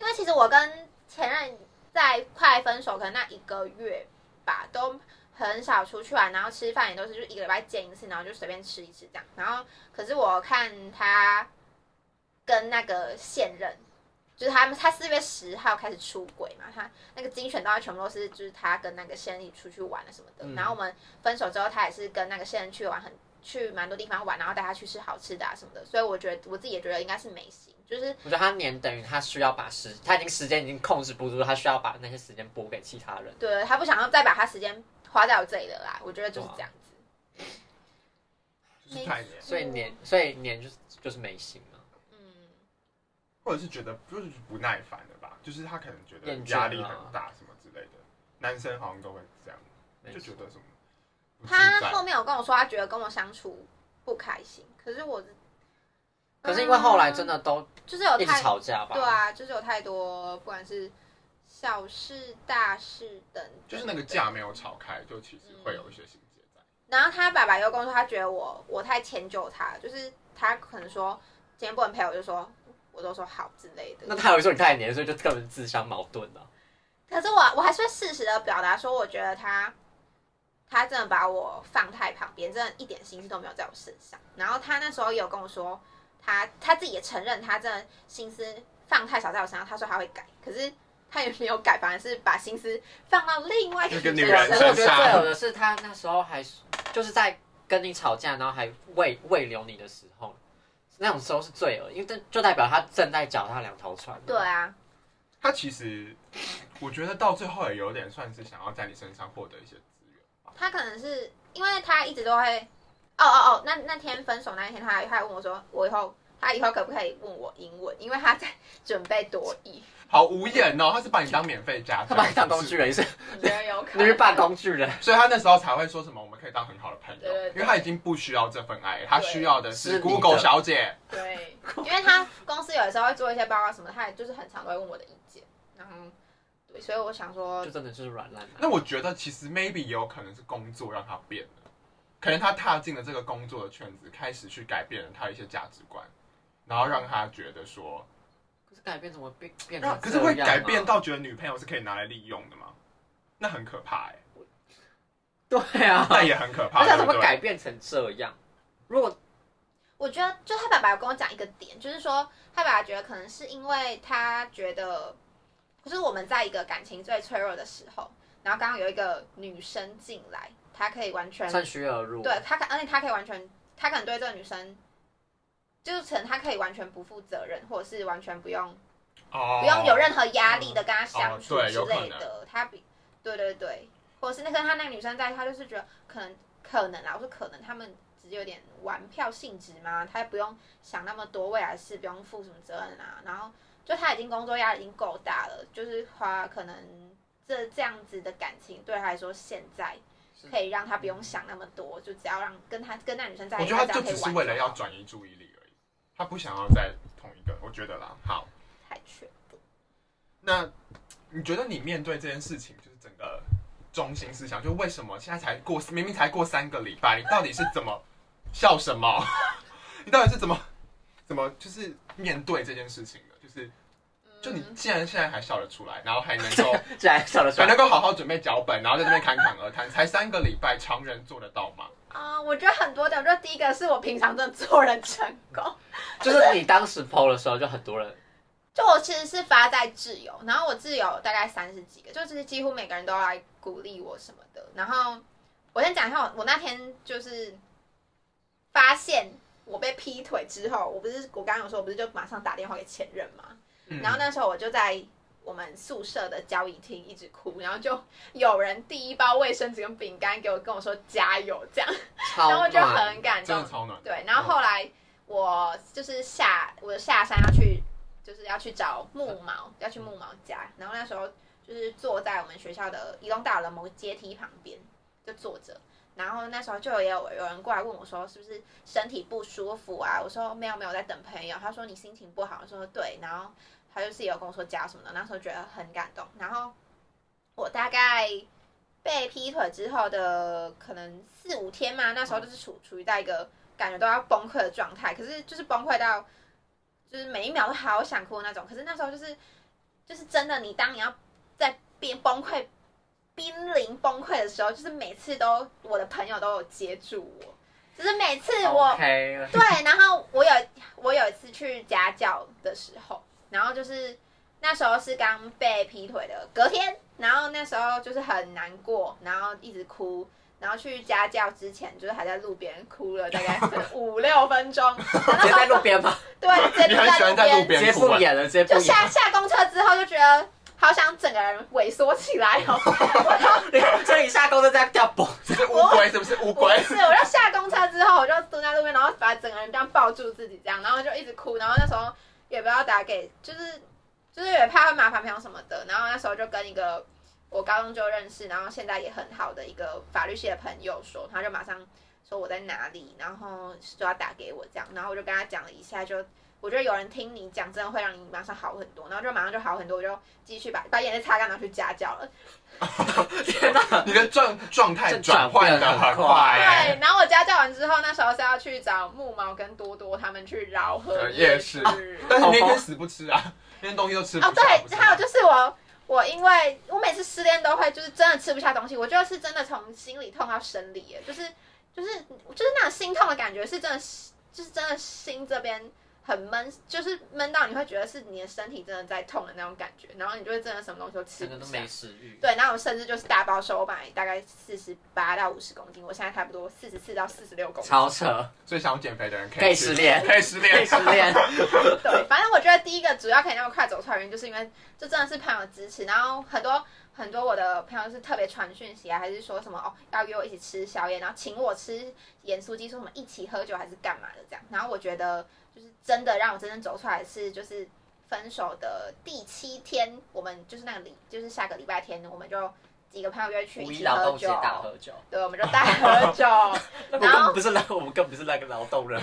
[SPEAKER 2] 因为其实我跟前任在快分手可能那一个月吧，都很少出去玩，啊然后吃饭也都是就一个礼拜见一次，然后就随便吃一次这样。然后可是我看他跟那个现任。就是他们，他四月十号开始出轨嘛，他那个精选到全部都是，就是他跟那个现任一起出去玩了什么的。
[SPEAKER 3] 嗯
[SPEAKER 2] 然后我们分手之后，他也是跟那个现任去玩很去蛮多地方玩，然后带他去吃好吃的啊什么的，所以我觉得我自己也觉得应该是没心，就是
[SPEAKER 3] 我觉得他黏等于他需要把时，他已经时间已经控制不住，他需要把那些时间拨给其他人。
[SPEAKER 2] 对他不想要再把他时间花在我这里了啦，我觉得就是这样子。
[SPEAKER 1] 就是太黏，
[SPEAKER 3] 所以黏，所以黏就是就是没心嘛。
[SPEAKER 2] 嗯，
[SPEAKER 1] 或者是觉得就是不耐烦了吧？就是他可能觉得
[SPEAKER 3] 厌倦
[SPEAKER 1] 压力
[SPEAKER 3] 了
[SPEAKER 1] 很大什么之类的，男生好像都会这样，
[SPEAKER 3] 没
[SPEAKER 1] 就觉
[SPEAKER 3] 错
[SPEAKER 1] 得什么不自
[SPEAKER 2] 他
[SPEAKER 1] 在
[SPEAKER 2] 后面有跟我说，他觉得跟我相处不开心，可是我
[SPEAKER 3] 可是因为后来真的都
[SPEAKER 2] 就是有
[SPEAKER 3] 一直
[SPEAKER 2] 嗯哦太
[SPEAKER 3] 吵架吧？
[SPEAKER 2] 对，啊，就是有太多不管是小事大事等等，
[SPEAKER 1] 就是那个架没有吵开，就其实会有一些心结在。
[SPEAKER 2] 然后他爸爸又跟我说，他觉得我我太迁就他，就是他可能说今天不能陪我，就说我都说好之类的。
[SPEAKER 3] 那他有说你太黏，所以就根本自相矛盾了。
[SPEAKER 2] 可是我我还是会适时的表达说，我觉得他他真的把我放太旁边，真的一点心思都没有在我身上。然后他那时候也有跟我说，他他自己也承认，他真的心思放太少在我身上。他说他会改，可是他也没有改，反而是把心思放到另外一个
[SPEAKER 1] 那个女
[SPEAKER 2] 身
[SPEAKER 1] 人
[SPEAKER 3] 可是
[SPEAKER 2] 上
[SPEAKER 3] 我觉得最有的是他那时候还就是在跟你吵架，然后还未未留你的时候，那种时候是最恶，因为这就代表他正在脚踏两条船。
[SPEAKER 2] 对，啊，
[SPEAKER 1] 他其实我觉得到最后也有点算是想要在你身上获得一些资源吧。
[SPEAKER 2] 他可能是因为他一直都会，哦哦哦，那那天分手那一天他还，他还问我说，我以后他以后可不可以问我英文？因为他在准备多译，
[SPEAKER 1] 好无言哦，他是把你当免费家
[SPEAKER 3] 他
[SPEAKER 1] 长，
[SPEAKER 3] 把你当工具 人，是
[SPEAKER 2] 你觉得有可
[SPEAKER 3] 你
[SPEAKER 2] 能？
[SPEAKER 3] 是半工具人，
[SPEAKER 1] 所以他那时候才会说什么我们可以当很好的朋友
[SPEAKER 2] 对对，对
[SPEAKER 1] 因为他已经不需要这份爱，他需要的
[SPEAKER 3] 是
[SPEAKER 1] 是
[SPEAKER 3] 你的
[SPEAKER 1] Google 小姐。
[SPEAKER 2] 对，因为他公司有的时候会做一些报告什么，他也就是很常都会问我的意见，然后对，所以我想说
[SPEAKER 3] 就，真的就是软烂啊。
[SPEAKER 1] 那我觉得其实 maybe 也有可能是工作让他变了，可能他踏进了这个工作的圈子，开始去改变了他一些价值观，然后让他觉得说，
[SPEAKER 3] 可是改变怎么变变成、
[SPEAKER 1] 让啊可是会改变。到觉得女朋友是可以拿来利用的吗？那很可怕哎、
[SPEAKER 3] 对啊，
[SPEAKER 1] 那也很可怕，
[SPEAKER 3] 而且 他
[SPEAKER 1] 对
[SPEAKER 3] 怎
[SPEAKER 1] 不
[SPEAKER 3] 么
[SPEAKER 1] 对？
[SPEAKER 3] 改变成这样？如果
[SPEAKER 2] 我觉得就他爸爸有跟我讲一个点，就是说他爸爸觉得可能是因为他觉得，就是我们在一个感情最脆弱的时候，然后刚刚有一个女生进来，她可以完全
[SPEAKER 3] 趁虚而入，
[SPEAKER 2] 对他可，而且他可以完全，他可能对这个女生，就是可能他可以完全不负责任，或者是完全不用、
[SPEAKER 1] 哦
[SPEAKER 2] 不用有任何压力的跟他相处
[SPEAKER 1] 哦对
[SPEAKER 2] 之
[SPEAKER 1] 有可
[SPEAKER 2] 类的。他比对对对，或者是那跟他那个女生在，他就是觉得可能可能啊，我说可能他们只是有点玩票性质嘛，他不用想那么多未来事，不用负什么责任啊。然后就他已经工作压力已经够大了，就是花可能这这样子的感情对他来说现在。可以让他不用想那么多，就只要让跟他跟那女生在
[SPEAKER 1] 我
[SPEAKER 2] 一起，
[SPEAKER 1] 觉得
[SPEAKER 2] 他
[SPEAKER 1] 他
[SPEAKER 2] 这样
[SPEAKER 1] 就
[SPEAKER 2] 可
[SPEAKER 1] 只
[SPEAKER 2] 以
[SPEAKER 1] 是
[SPEAKER 2] 玩
[SPEAKER 1] 为了要
[SPEAKER 2] 好
[SPEAKER 1] 转移注意力而已，他不想要在同一个，我觉得啦。好，
[SPEAKER 2] 太缺德。
[SPEAKER 1] 那你觉得你面对这件事情，就是整个中心思想，就为什么现在才过，明明才过三个礼拜，你到底是怎么笑什么？ 你到底是怎么怎么就是面对这件事情的？就是就你
[SPEAKER 2] 嗯
[SPEAKER 1] 既然现在还笑得出来，然后还能 够
[SPEAKER 3] 竟然笑得出
[SPEAKER 1] 还能
[SPEAKER 3] 来。
[SPEAKER 1] 够好好准备脚本，然后在这边侃侃而谈，才三个礼拜，常人做得到吗？
[SPEAKER 2] 啊、我觉得很多的，我觉得第一个是我平常真的做人成功，
[SPEAKER 3] 就是你当时 PO 的时候，就很多人
[SPEAKER 2] 就我其实是发在挚友，然后我挚友大概三十几个，就是几乎每个人都来鼓励我什么的。然后我先讲一下我，我那天就是发现我被劈腿之后，我不是我刚刚有说，我不是就马上打电话给前任嘛，
[SPEAKER 1] 嗯
[SPEAKER 2] 然后那时候我就在我们宿舍的交易厅一直哭，然后就有人递一包卫生纸跟饼干给我，跟我说加油这样，
[SPEAKER 3] 超
[SPEAKER 2] 然后我就
[SPEAKER 3] 暖，
[SPEAKER 2] 很感
[SPEAKER 1] 真
[SPEAKER 2] 动
[SPEAKER 1] 的。超暖。
[SPEAKER 2] 对，然后后来我就是下我下山要去，就是要去找木毛，要去木毛家。然后那时候就是坐在我们学校的移动大楼的某个阶梯旁边，就坐着。然后那时候就也有有人过来问我说，是不是身体不舒服啊？我说没有没有，我在等朋友。他说你心情不好，我说对。然后他就是有跟我说加什么的，那时候觉得很感动。然后我大概被劈腿之后的可能四五天嘛，那时候就是处处于在一个感觉都要崩溃的状态，可是就是崩溃到就是每一秒都好想哭的那种。可是那时候就是就是真的，你当你要在边崩溃、濒临崩溃的时候，就是每次都我的朋友都有接住我，就是每次我
[SPEAKER 3] OK，
[SPEAKER 2] 对，然后我有我有一次去家教的时候，然后就是那时候是刚被劈腿的隔天，然后那时候就是很难过，然后一直哭。然后去家教之前，就是还在路边哭了大概五六分钟。然后那
[SPEAKER 3] 直接在
[SPEAKER 2] 时候
[SPEAKER 3] 路边 吧，
[SPEAKER 2] 对，直接
[SPEAKER 1] 你很喜欢
[SPEAKER 2] 就
[SPEAKER 1] 在
[SPEAKER 2] 在
[SPEAKER 1] 路
[SPEAKER 2] 路边，
[SPEAKER 1] 边
[SPEAKER 3] 直接
[SPEAKER 1] 哭
[SPEAKER 3] 不
[SPEAKER 1] 啊，
[SPEAKER 3] 演了，直接不
[SPEAKER 2] 就
[SPEAKER 3] 演
[SPEAKER 2] 下
[SPEAKER 3] 了。
[SPEAKER 2] 下公车之后就觉得好想整个人萎缩起来哦。
[SPEAKER 3] 所以你下公车在跳蹦，
[SPEAKER 1] 是乌龟是不是乌
[SPEAKER 2] 我
[SPEAKER 1] 龟
[SPEAKER 2] 不？是，我就下公车之后，我就蹲在路边，然后把整个人这样抱住自己，这样，然后就一直哭。然后那时候也不知道打给，就是就是也怕会麻烦朋友什么的。然后那时候就跟一个我高中就认识，然后现在也很好的一个法律系的朋友说，他就马上说我在哪里，然后就要打给我这样。然后我就跟他讲了一下，就我觉得有人听你讲，真的会让你马上好很多。然后就马上就好很多，我就继续把把眼泪擦干，然后去家教了。
[SPEAKER 3] 天哪！
[SPEAKER 1] 你的状状态
[SPEAKER 3] 这
[SPEAKER 1] 转
[SPEAKER 3] 转
[SPEAKER 1] 换
[SPEAKER 3] 变
[SPEAKER 1] 的很
[SPEAKER 3] 很快
[SPEAKER 1] 快欸，
[SPEAKER 2] 对，然后我家教完之后，那时候是要去找木毛跟多多他们去饶河
[SPEAKER 1] 呃夜市
[SPEAKER 2] 市。
[SPEAKER 1] 但是你那
[SPEAKER 3] 好
[SPEAKER 1] 天
[SPEAKER 3] 吧
[SPEAKER 1] 死不吃啊，那天东西都吃不下。
[SPEAKER 2] 哦，对，还有
[SPEAKER 1] 就
[SPEAKER 2] 就是我，我因为我每次失恋都会就是真的吃不下东西，我觉得是真的从心里痛到生理耶，就是就是就是那种心痛的感觉，是真的是，就是真的心这边很闷，就是闷到你会觉得是你的身体真的在痛的那种感觉，然后你就会真的什么东西都吃
[SPEAKER 3] 整个
[SPEAKER 2] 不
[SPEAKER 3] 都
[SPEAKER 2] 下
[SPEAKER 3] 没。食欲。
[SPEAKER 2] 对，然后我甚至就是大包收，我本来大概四十八到五十公斤，我现在差不多四十四到四十六公斤。
[SPEAKER 3] 超 扯，
[SPEAKER 1] 所以想要减肥的人
[SPEAKER 3] 可以
[SPEAKER 1] 吃
[SPEAKER 3] 失恋
[SPEAKER 1] 可以失
[SPEAKER 3] 被
[SPEAKER 1] 恋。
[SPEAKER 3] 失恋，
[SPEAKER 2] 对，反正我觉得第一个主要可以那么快走出来，原因就是因为就真的是朋友的支持，然后很多很多我的朋友是特别传讯息啊，还是说什么哦要约我一起吃宵夜，然后请我吃盐酥鸡，说什么一起喝酒还是干嘛的这样。然后我觉得就是真的让我真正走出来的是就是分手的第七天，我们就是那个礼就是下个礼拜天，我们就几个朋友约去
[SPEAKER 3] 五
[SPEAKER 2] 一
[SPEAKER 3] 一
[SPEAKER 2] 起
[SPEAKER 3] 劳
[SPEAKER 2] 喝
[SPEAKER 3] 动节
[SPEAKER 2] 酒，
[SPEAKER 3] 大喝酒，
[SPEAKER 2] 对，我们就大喝 酒。
[SPEAKER 3] 我
[SPEAKER 2] 然
[SPEAKER 3] 们
[SPEAKER 2] 后
[SPEAKER 3] 不是那，我们更不是那个劳动人，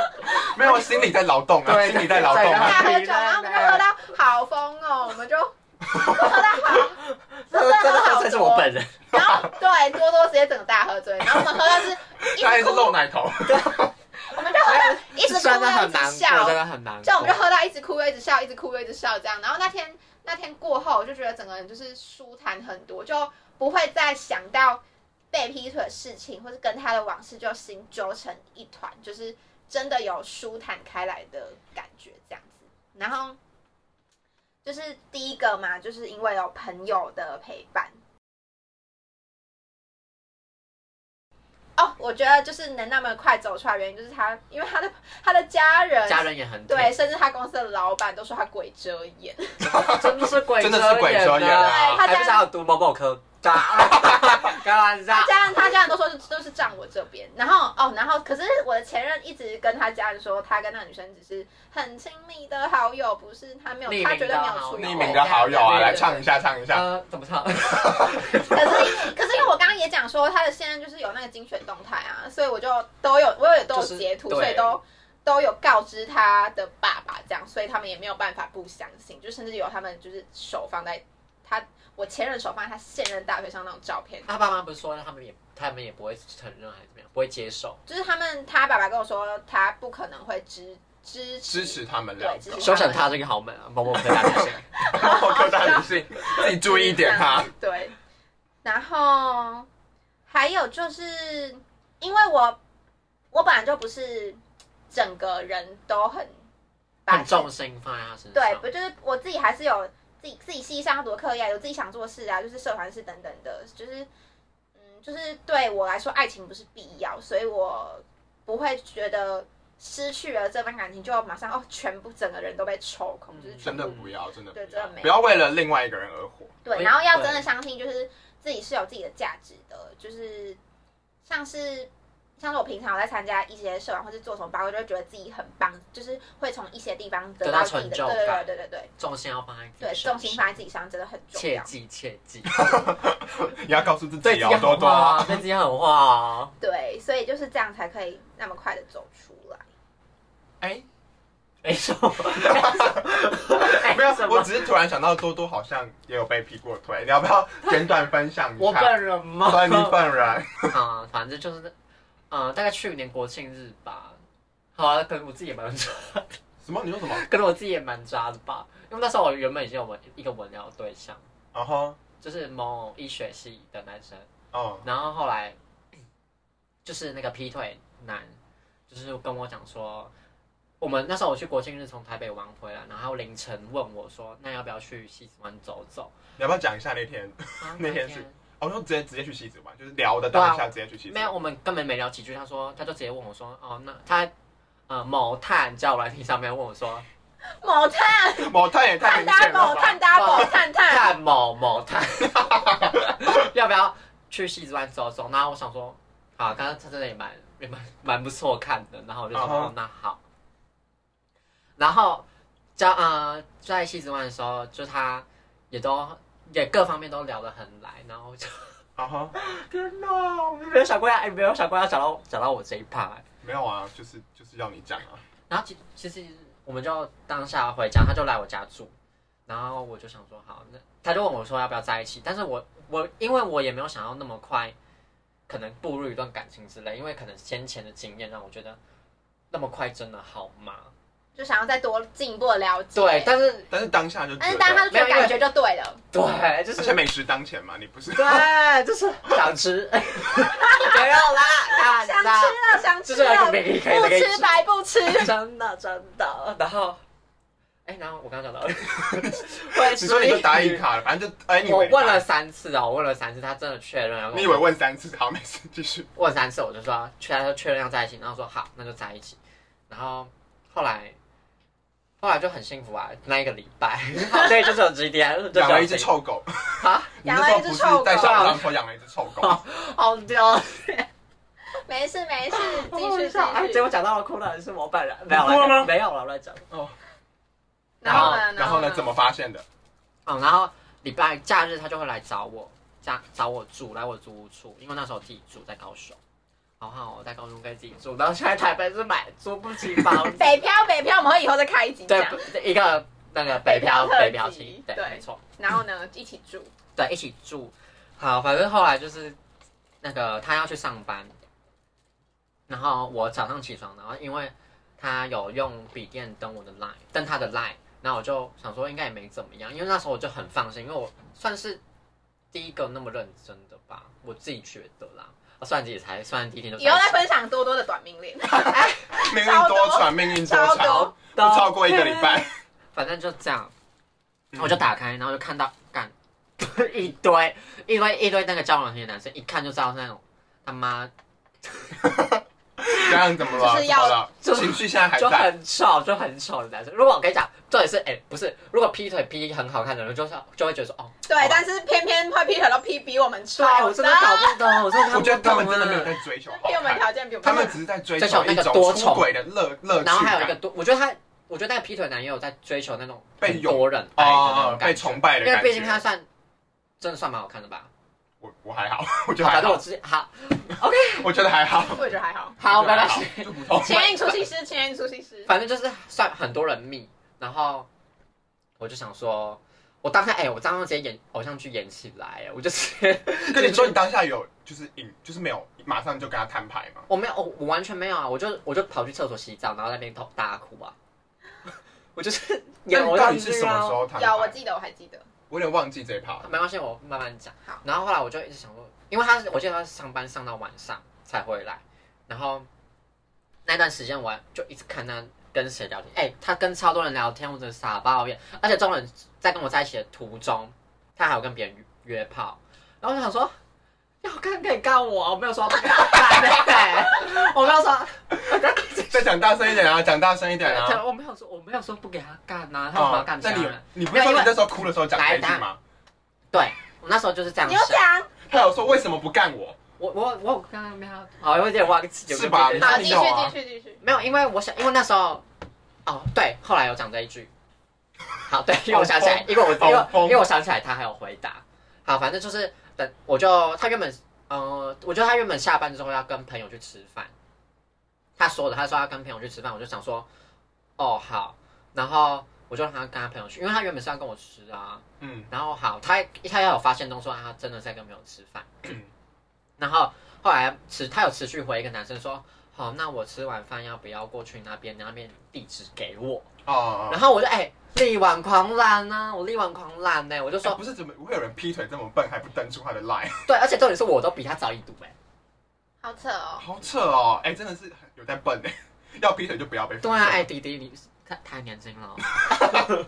[SPEAKER 1] 没有，心里在劳动啊，
[SPEAKER 3] 对
[SPEAKER 1] 心里在劳动
[SPEAKER 3] 对
[SPEAKER 1] 啊
[SPEAKER 2] 大
[SPEAKER 3] 对。
[SPEAKER 2] 喝酒，然后我们就喝到好疯哦，我们 就喝到好，
[SPEAKER 3] 这
[SPEAKER 2] 真的好
[SPEAKER 3] 这是我
[SPEAKER 2] 多。
[SPEAKER 3] 本人，
[SPEAKER 2] 然后对，多多直接整个大喝醉，然后我们喝到是 一
[SPEAKER 1] 大家
[SPEAKER 2] 直
[SPEAKER 1] 是
[SPEAKER 2] 哭，
[SPEAKER 1] 露奶头，
[SPEAKER 2] 我们就喝到一直哭
[SPEAKER 3] 真
[SPEAKER 2] 又
[SPEAKER 3] 的
[SPEAKER 2] 一
[SPEAKER 3] 很
[SPEAKER 2] 直
[SPEAKER 3] 难
[SPEAKER 2] 笑
[SPEAKER 3] 过，真，的很难
[SPEAKER 2] 就我们就
[SPEAKER 3] 过。
[SPEAKER 2] 喝到一直哭又一直笑，一直哭又一直笑这样。然后那天那天过后，我就觉得整个人就是舒坦很多，就不会再想到被劈腿的事情，或是跟他的往事就心揪成一团，就是真的有舒坦开来的感觉这样子。然后就是第一个嘛，就是因为有朋友的陪伴。哦，我觉得就是能那么快走出来，原因就是他，因为他的他的家人
[SPEAKER 3] 家人也很
[SPEAKER 2] 对，
[SPEAKER 3] 甜，
[SPEAKER 2] 甚至他公司的老板都说他鬼遮眼，
[SPEAKER 3] 真的是鬼
[SPEAKER 1] 真的是鬼遮眼啊
[SPEAKER 3] 眼啊
[SPEAKER 2] 对他家
[SPEAKER 3] 还不是还有读某某科大，开玩笑
[SPEAKER 2] 他，家人他家人都说是都是站我这边，然后哦，然后可是我的前任一直跟他家人说，他跟那个女生只是很亲密的好友，不是他没有，
[SPEAKER 3] 匿名的
[SPEAKER 2] 他绝对没有出
[SPEAKER 3] 好
[SPEAKER 1] 匿
[SPEAKER 3] 友
[SPEAKER 1] 名的好友啊，
[SPEAKER 3] 对对对
[SPEAKER 1] 来唱一下，唱一下。
[SPEAKER 3] 呃，怎么唱？
[SPEAKER 2] 可是可是因为我刚刚也讲说，他的现任就是有那个精选动态啊，所以我就都有我也都有
[SPEAKER 3] 就是
[SPEAKER 2] 截图，
[SPEAKER 3] 对
[SPEAKER 2] 所以都。都有告知他的爸爸，这样，所以他们也没有办法不相信，就甚至有他们就是手放在他我前任手放在他现任大腿上那种照片，
[SPEAKER 3] 他爸妈不是说他们也他们也不会承认还是怎么样，不会接受，
[SPEAKER 2] 就是他们他爸爸跟我说，他不可能会支支持
[SPEAKER 1] 支持他们两
[SPEAKER 2] 对支
[SPEAKER 1] 个，
[SPEAKER 2] 持
[SPEAKER 3] 修整他这个豪门啊，某某科大女性，
[SPEAKER 1] 我各大女 性自己注意一点哈。。
[SPEAKER 2] 对，然后还有就是，因为我我本来就不是整个人都很把
[SPEAKER 3] 很重心放在他身上。
[SPEAKER 2] 对，不就是我自己还是有自己自己系上很多课业啊，有自己想做的事啊，就是社团事等等的，就是嗯，就是对我来说，爱情不是必要，所以我不会觉得失去了这份感情就马上哦，全部整个人都被抽空，就是
[SPEAKER 3] 嗯
[SPEAKER 2] 全
[SPEAKER 1] 真
[SPEAKER 2] 部
[SPEAKER 1] 的不要，真的不
[SPEAKER 2] 对真
[SPEAKER 1] 要
[SPEAKER 2] 的没，有
[SPEAKER 1] 不要为了另外一个人而活。
[SPEAKER 2] 对，
[SPEAKER 3] 对
[SPEAKER 2] 然后要真的相信，就是自己是有自己的价值的，就是像是像是我平常有在参加一些社团或是做什么吧，我就会觉得自己很棒，就是会从一些地方得
[SPEAKER 3] 得
[SPEAKER 2] 到
[SPEAKER 3] 到
[SPEAKER 2] 自己的，
[SPEAKER 3] 成就
[SPEAKER 2] 对对
[SPEAKER 3] 感
[SPEAKER 2] 对对对
[SPEAKER 3] 重心要放在自
[SPEAKER 2] 对，
[SPEAKER 3] 己
[SPEAKER 2] 重
[SPEAKER 3] 身上
[SPEAKER 2] 心放在自己身上真的很重
[SPEAKER 3] 切
[SPEAKER 2] 要。
[SPEAKER 3] 记切记，
[SPEAKER 1] 你要告诉 自
[SPEAKER 3] 对
[SPEAKER 1] 己
[SPEAKER 3] 自己
[SPEAKER 1] 要多啊
[SPEAKER 3] 狠
[SPEAKER 1] 多
[SPEAKER 3] 话哦，对自己狠话 哦。
[SPEAKER 2] 对，所以就是这样才可以那么快的走出来。
[SPEAKER 1] 哎，
[SPEAKER 3] 哎，什么？哎
[SPEAKER 1] 没有
[SPEAKER 3] 什，么
[SPEAKER 1] 我只是突然想到多多好像也有被劈过腿，你要不要简短分享一下？
[SPEAKER 3] 我本人吗？
[SPEAKER 1] 对你本人，
[SPEAKER 3] 啊、反正就是，呃，大概去年国庆日吧。好啊，可能我自己也蛮抓，
[SPEAKER 1] 什么？你说什么？
[SPEAKER 3] 可能我自己也蛮抓的吧。因为那时候我原本已经有文一个文聊对象，
[SPEAKER 1] 然后，
[SPEAKER 3] 就是某医学系的男生，
[SPEAKER 1] 哦，
[SPEAKER 3] 然后后来就是那个劈腿男，就是跟我讲说，我们那时候我去国庆日从台北玩回来，然后凌晨问我说，那要不要去西子湾走走？
[SPEAKER 1] 你要不要讲一下那天？
[SPEAKER 3] 啊
[SPEAKER 1] 那天是哦，就直接直接去西子玩，就是聊的
[SPEAKER 3] 对啊
[SPEAKER 1] 当下直接去西子
[SPEAKER 3] 没 有，
[SPEAKER 1] 玩。
[SPEAKER 3] 我们根本没聊几句，他说他就直接问我说，哦，那他呃某探叫我来听上面问我说，哦
[SPEAKER 2] 某探
[SPEAKER 1] 某探也
[SPEAKER 2] 探
[SPEAKER 1] 太明显了
[SPEAKER 2] double
[SPEAKER 1] 吧？
[SPEAKER 2] 探 double 探探，
[SPEAKER 3] 探某某探， 要不要去西子湾走走？然后我想说，好，刚刚他真的也蛮也蛮蛮不错看的，然后我就说，
[SPEAKER 1] 嗯哼
[SPEAKER 3] 哦，那好。然后交呃在西子湾的时候，就他也都也各方面都聊得很来，然后就
[SPEAKER 1] 啊哈，
[SPEAKER 3] 天哪，我 没有想过要哎没有想过要讲到讲到我这一趴、哎
[SPEAKER 1] 没有啊，就是就是要你讲啊。
[SPEAKER 3] 然后其其实我们就当下回家，他就来我家住，然后我就想说好，那他就问我说要不要在一起，但是我我因为我也没有想要那么快，可能步入一段感情之类，因为可能先前的经验让我觉得那么快真的好吗？
[SPEAKER 2] 就想要再多进一步的了解。
[SPEAKER 3] 对，，但是
[SPEAKER 1] 但是当下就觉
[SPEAKER 2] 但
[SPEAKER 3] 哎
[SPEAKER 2] 是
[SPEAKER 1] 得，
[SPEAKER 2] 当时他就觉得
[SPEAKER 3] 没有因
[SPEAKER 2] 感
[SPEAKER 3] 为
[SPEAKER 2] 觉就对了，
[SPEAKER 3] 对，就
[SPEAKER 1] 而且
[SPEAKER 3] 是
[SPEAKER 1] 美食当前嘛，你不是
[SPEAKER 3] 对，就是 想吃， 没有啦，
[SPEAKER 2] 想吃
[SPEAKER 3] 啦，
[SPEAKER 2] 了想吃
[SPEAKER 3] 就是那个
[SPEAKER 2] 了，
[SPEAKER 3] 美丽可以
[SPEAKER 2] 不
[SPEAKER 3] 那个
[SPEAKER 2] 吃白不吃。
[SPEAKER 3] 真的真的，然后。哎，然后我刚刚讲到了，你
[SPEAKER 1] 你说你就答应他了，反正就哎，你以
[SPEAKER 3] 我
[SPEAKER 1] 为
[SPEAKER 3] 问了，三次哦，我问了三次，他真的确认了。
[SPEAKER 1] 你以为问三次，好，没事，继续。
[SPEAKER 3] 问三次，我就说确认确认要在一起，然后说好，那就在一起。然后后来后来就很幸福啊，那一个礼 拜，对，就只有几天，就只有
[SPEAKER 1] 养了一只
[SPEAKER 3] 几天，
[SPEAKER 1] 臭狗
[SPEAKER 3] 啊！
[SPEAKER 1] 你那时候不是在小
[SPEAKER 3] 养了一只臭狗
[SPEAKER 1] 张说养了一只臭狗，
[SPEAKER 3] 好啊丢，
[SPEAKER 2] 没事没事，继
[SPEAKER 3] 好
[SPEAKER 2] 续
[SPEAKER 3] 好
[SPEAKER 2] 继
[SPEAKER 3] 笑哎，结
[SPEAKER 2] 续。
[SPEAKER 3] 果讲到了哭的是我本人，没有
[SPEAKER 1] 哭了
[SPEAKER 3] 啦
[SPEAKER 1] 吗
[SPEAKER 3] 没有了，我乱讲。
[SPEAKER 2] 然后呢？
[SPEAKER 1] 然后呢，怎么发 现的？
[SPEAKER 3] 嗯，然后礼拜假日他就会来找我，家找我住，来我租屋处，因为那时候我自己住在高雄，好好我在高雄跟自己住，然后现在台北是买租不起房 子，
[SPEAKER 2] 北漂，北漂，我们会以后再开一集
[SPEAKER 3] 对
[SPEAKER 2] 讲。，
[SPEAKER 3] 一个那个北漂
[SPEAKER 2] 北漂特辑
[SPEAKER 3] 北漂期，对，
[SPEAKER 2] 对
[SPEAKER 3] 没错，
[SPEAKER 2] 然后呢，一起住。
[SPEAKER 3] 对，一起住。好，反正后来就是那个他要去上班，然后我早上起床，然后因为他有用笔电登我的 line，登他的 line，然后我就想说应该也没怎么样，因为那时候我就很放心，因为我算是第一个那么认真的吧，我自己觉得啦。我算自己才，算第一天就
[SPEAKER 2] 以后再
[SPEAKER 3] 在一
[SPEAKER 2] 分享多多的短命恋。
[SPEAKER 1] 命运多舛，命运多
[SPEAKER 2] 超
[SPEAKER 1] 舛
[SPEAKER 2] 多，
[SPEAKER 3] 起
[SPEAKER 1] 不超过一个礼 拜，嗯
[SPEAKER 3] 反正就这样，然后我就打开，然后就看到干一堆一堆一堆那个交往型的男生，一看就知道是那种他妈
[SPEAKER 1] 这样怎么了？
[SPEAKER 2] 就是要
[SPEAKER 1] 怎么了
[SPEAKER 3] 就
[SPEAKER 1] 情绪现在还
[SPEAKER 3] 就
[SPEAKER 1] 在，
[SPEAKER 3] 很丑，就很丑的男生。如果我跟你讲，重点是，哎、不是，如果劈腿劈很好看的人，就是就会觉得说，哦，
[SPEAKER 2] 对，但是偏偏会劈腿都劈比我们丑
[SPEAKER 3] 对，啊我真的搞不懂，我真的看不懂、啊。
[SPEAKER 1] 我觉得他们真的没有在追求 好
[SPEAKER 2] 比我们
[SPEAKER 1] 看，
[SPEAKER 2] 条件比我们
[SPEAKER 1] 他
[SPEAKER 2] 好
[SPEAKER 1] 们只是在追
[SPEAKER 3] 追求
[SPEAKER 1] 求
[SPEAKER 3] 那
[SPEAKER 1] 一
[SPEAKER 3] 个
[SPEAKER 1] 种
[SPEAKER 3] 多
[SPEAKER 1] 出
[SPEAKER 3] 重
[SPEAKER 1] 轨的乐乐趣
[SPEAKER 3] 然后还有一个
[SPEAKER 1] 感，
[SPEAKER 3] 多，我觉得他，我觉得那个劈腿男也有在追求那种
[SPEAKER 1] 被
[SPEAKER 3] 很
[SPEAKER 1] 拥
[SPEAKER 3] 多人爱的那
[SPEAKER 1] 哦
[SPEAKER 3] 种，
[SPEAKER 1] 被
[SPEAKER 3] 感觉，
[SPEAKER 1] 崇拜的
[SPEAKER 3] 因为
[SPEAKER 1] 感
[SPEAKER 3] 毕竟他
[SPEAKER 1] 觉。
[SPEAKER 3] 算真的算蛮好看的吧。
[SPEAKER 1] 我我还好， 我觉得还
[SPEAKER 3] 反正我
[SPEAKER 1] 好，
[SPEAKER 3] 之前好
[SPEAKER 1] 我觉得还好，
[SPEAKER 2] 我也觉得还好。
[SPEAKER 3] 好
[SPEAKER 1] 我
[SPEAKER 3] 没
[SPEAKER 1] 觉得还
[SPEAKER 3] 关
[SPEAKER 1] 好
[SPEAKER 3] 系，
[SPEAKER 1] 就 普通。
[SPEAKER 2] 请你出西施，请你出西施。
[SPEAKER 3] 反正就是算很多人密。然后我就想说，我当下哎、我当下直接演偶像剧演起来，我就是。
[SPEAKER 1] 跟你说，你当下有就是引，就是没有马上就跟他摊牌嘛
[SPEAKER 3] 我没有，我我完全没有啊，我就我就跑去厕所洗澡，然后在那边偷大哭啊。 我就是
[SPEAKER 1] 那
[SPEAKER 3] 演
[SPEAKER 1] 你
[SPEAKER 3] 偶
[SPEAKER 1] 到
[SPEAKER 3] 像
[SPEAKER 1] 底是
[SPEAKER 3] 剧
[SPEAKER 1] 什么时
[SPEAKER 3] 啊，
[SPEAKER 1] 候摊牌？
[SPEAKER 2] 有，我记得，我还记得。
[SPEAKER 1] 我有点忘记这一 part 了。
[SPEAKER 3] 没关系，我慢慢讲
[SPEAKER 2] 好。
[SPEAKER 3] 然后后来我就一直想说，因为他是我记得他是上班上到晚上才回来，然后那段时间我就一直看他跟谁聊天，哎、他跟超多人聊天，我真的傻爆眼。而且中人在跟我在一起的途中，他还有跟别人约约炮，然后我就想说。要看可以干我，我没有说不可以干的、我没有说
[SPEAKER 1] 再讲大声一点啊！讲大声一点啊！
[SPEAKER 3] 我没有说，我没有说不给他干呐、他为什么要干
[SPEAKER 1] 那
[SPEAKER 3] 这
[SPEAKER 1] 你有
[SPEAKER 3] 样？
[SPEAKER 1] 你不是说你
[SPEAKER 3] 没有因为
[SPEAKER 1] 那时候哭的时候讲这一句吗？
[SPEAKER 3] 对，我那时候就是这样
[SPEAKER 2] 你有
[SPEAKER 3] 想。
[SPEAKER 2] 讲，
[SPEAKER 1] 他有说为什么不干我？
[SPEAKER 3] 我我我刚刚没有，好，有点忘记，有
[SPEAKER 1] 是吧
[SPEAKER 3] 点
[SPEAKER 1] 那
[SPEAKER 2] 好，
[SPEAKER 1] 你
[SPEAKER 2] 继
[SPEAKER 1] 有啊
[SPEAKER 2] 续，继续，继续。
[SPEAKER 3] 没有，因为我想，因为那时候，哦，对，后来有讲这一句。好，对，因为我想起
[SPEAKER 1] 哦
[SPEAKER 3] 来，因为我因
[SPEAKER 1] 好
[SPEAKER 3] 为
[SPEAKER 1] 疯
[SPEAKER 3] 因为我想起来他还有回答。好，反正就是等我就他原本，呃，我觉得他原本下班之后要跟朋友去吃饭，他说的，他说要跟朋友去吃饭，我就想说，哦好，然后我就让他跟他朋友去，因为他原本是要跟我吃啊，
[SPEAKER 1] 嗯，
[SPEAKER 3] 然后好，他他也有发现东说啊他真的在跟朋友吃饭
[SPEAKER 1] 嗯，
[SPEAKER 3] 然后后来持他有持续回一个男生说，好，那我吃完饭要不要过去那边那边地址给我？
[SPEAKER 1] 哦，
[SPEAKER 3] 然后我就哎力挽狂澜呢、我力挽狂澜欸呢、我就
[SPEAKER 1] 就
[SPEAKER 3] 说
[SPEAKER 1] 哎不是怎么会有人劈腿这么笨，还不登出他的 line，
[SPEAKER 3] 对，而且重点是我都比他早一读哎、
[SPEAKER 2] 好扯哦，
[SPEAKER 1] 好扯哦！哎，真的是很有在笨哎， 要劈腿就不要被
[SPEAKER 3] 对啊，哎弟弟你太太年轻了，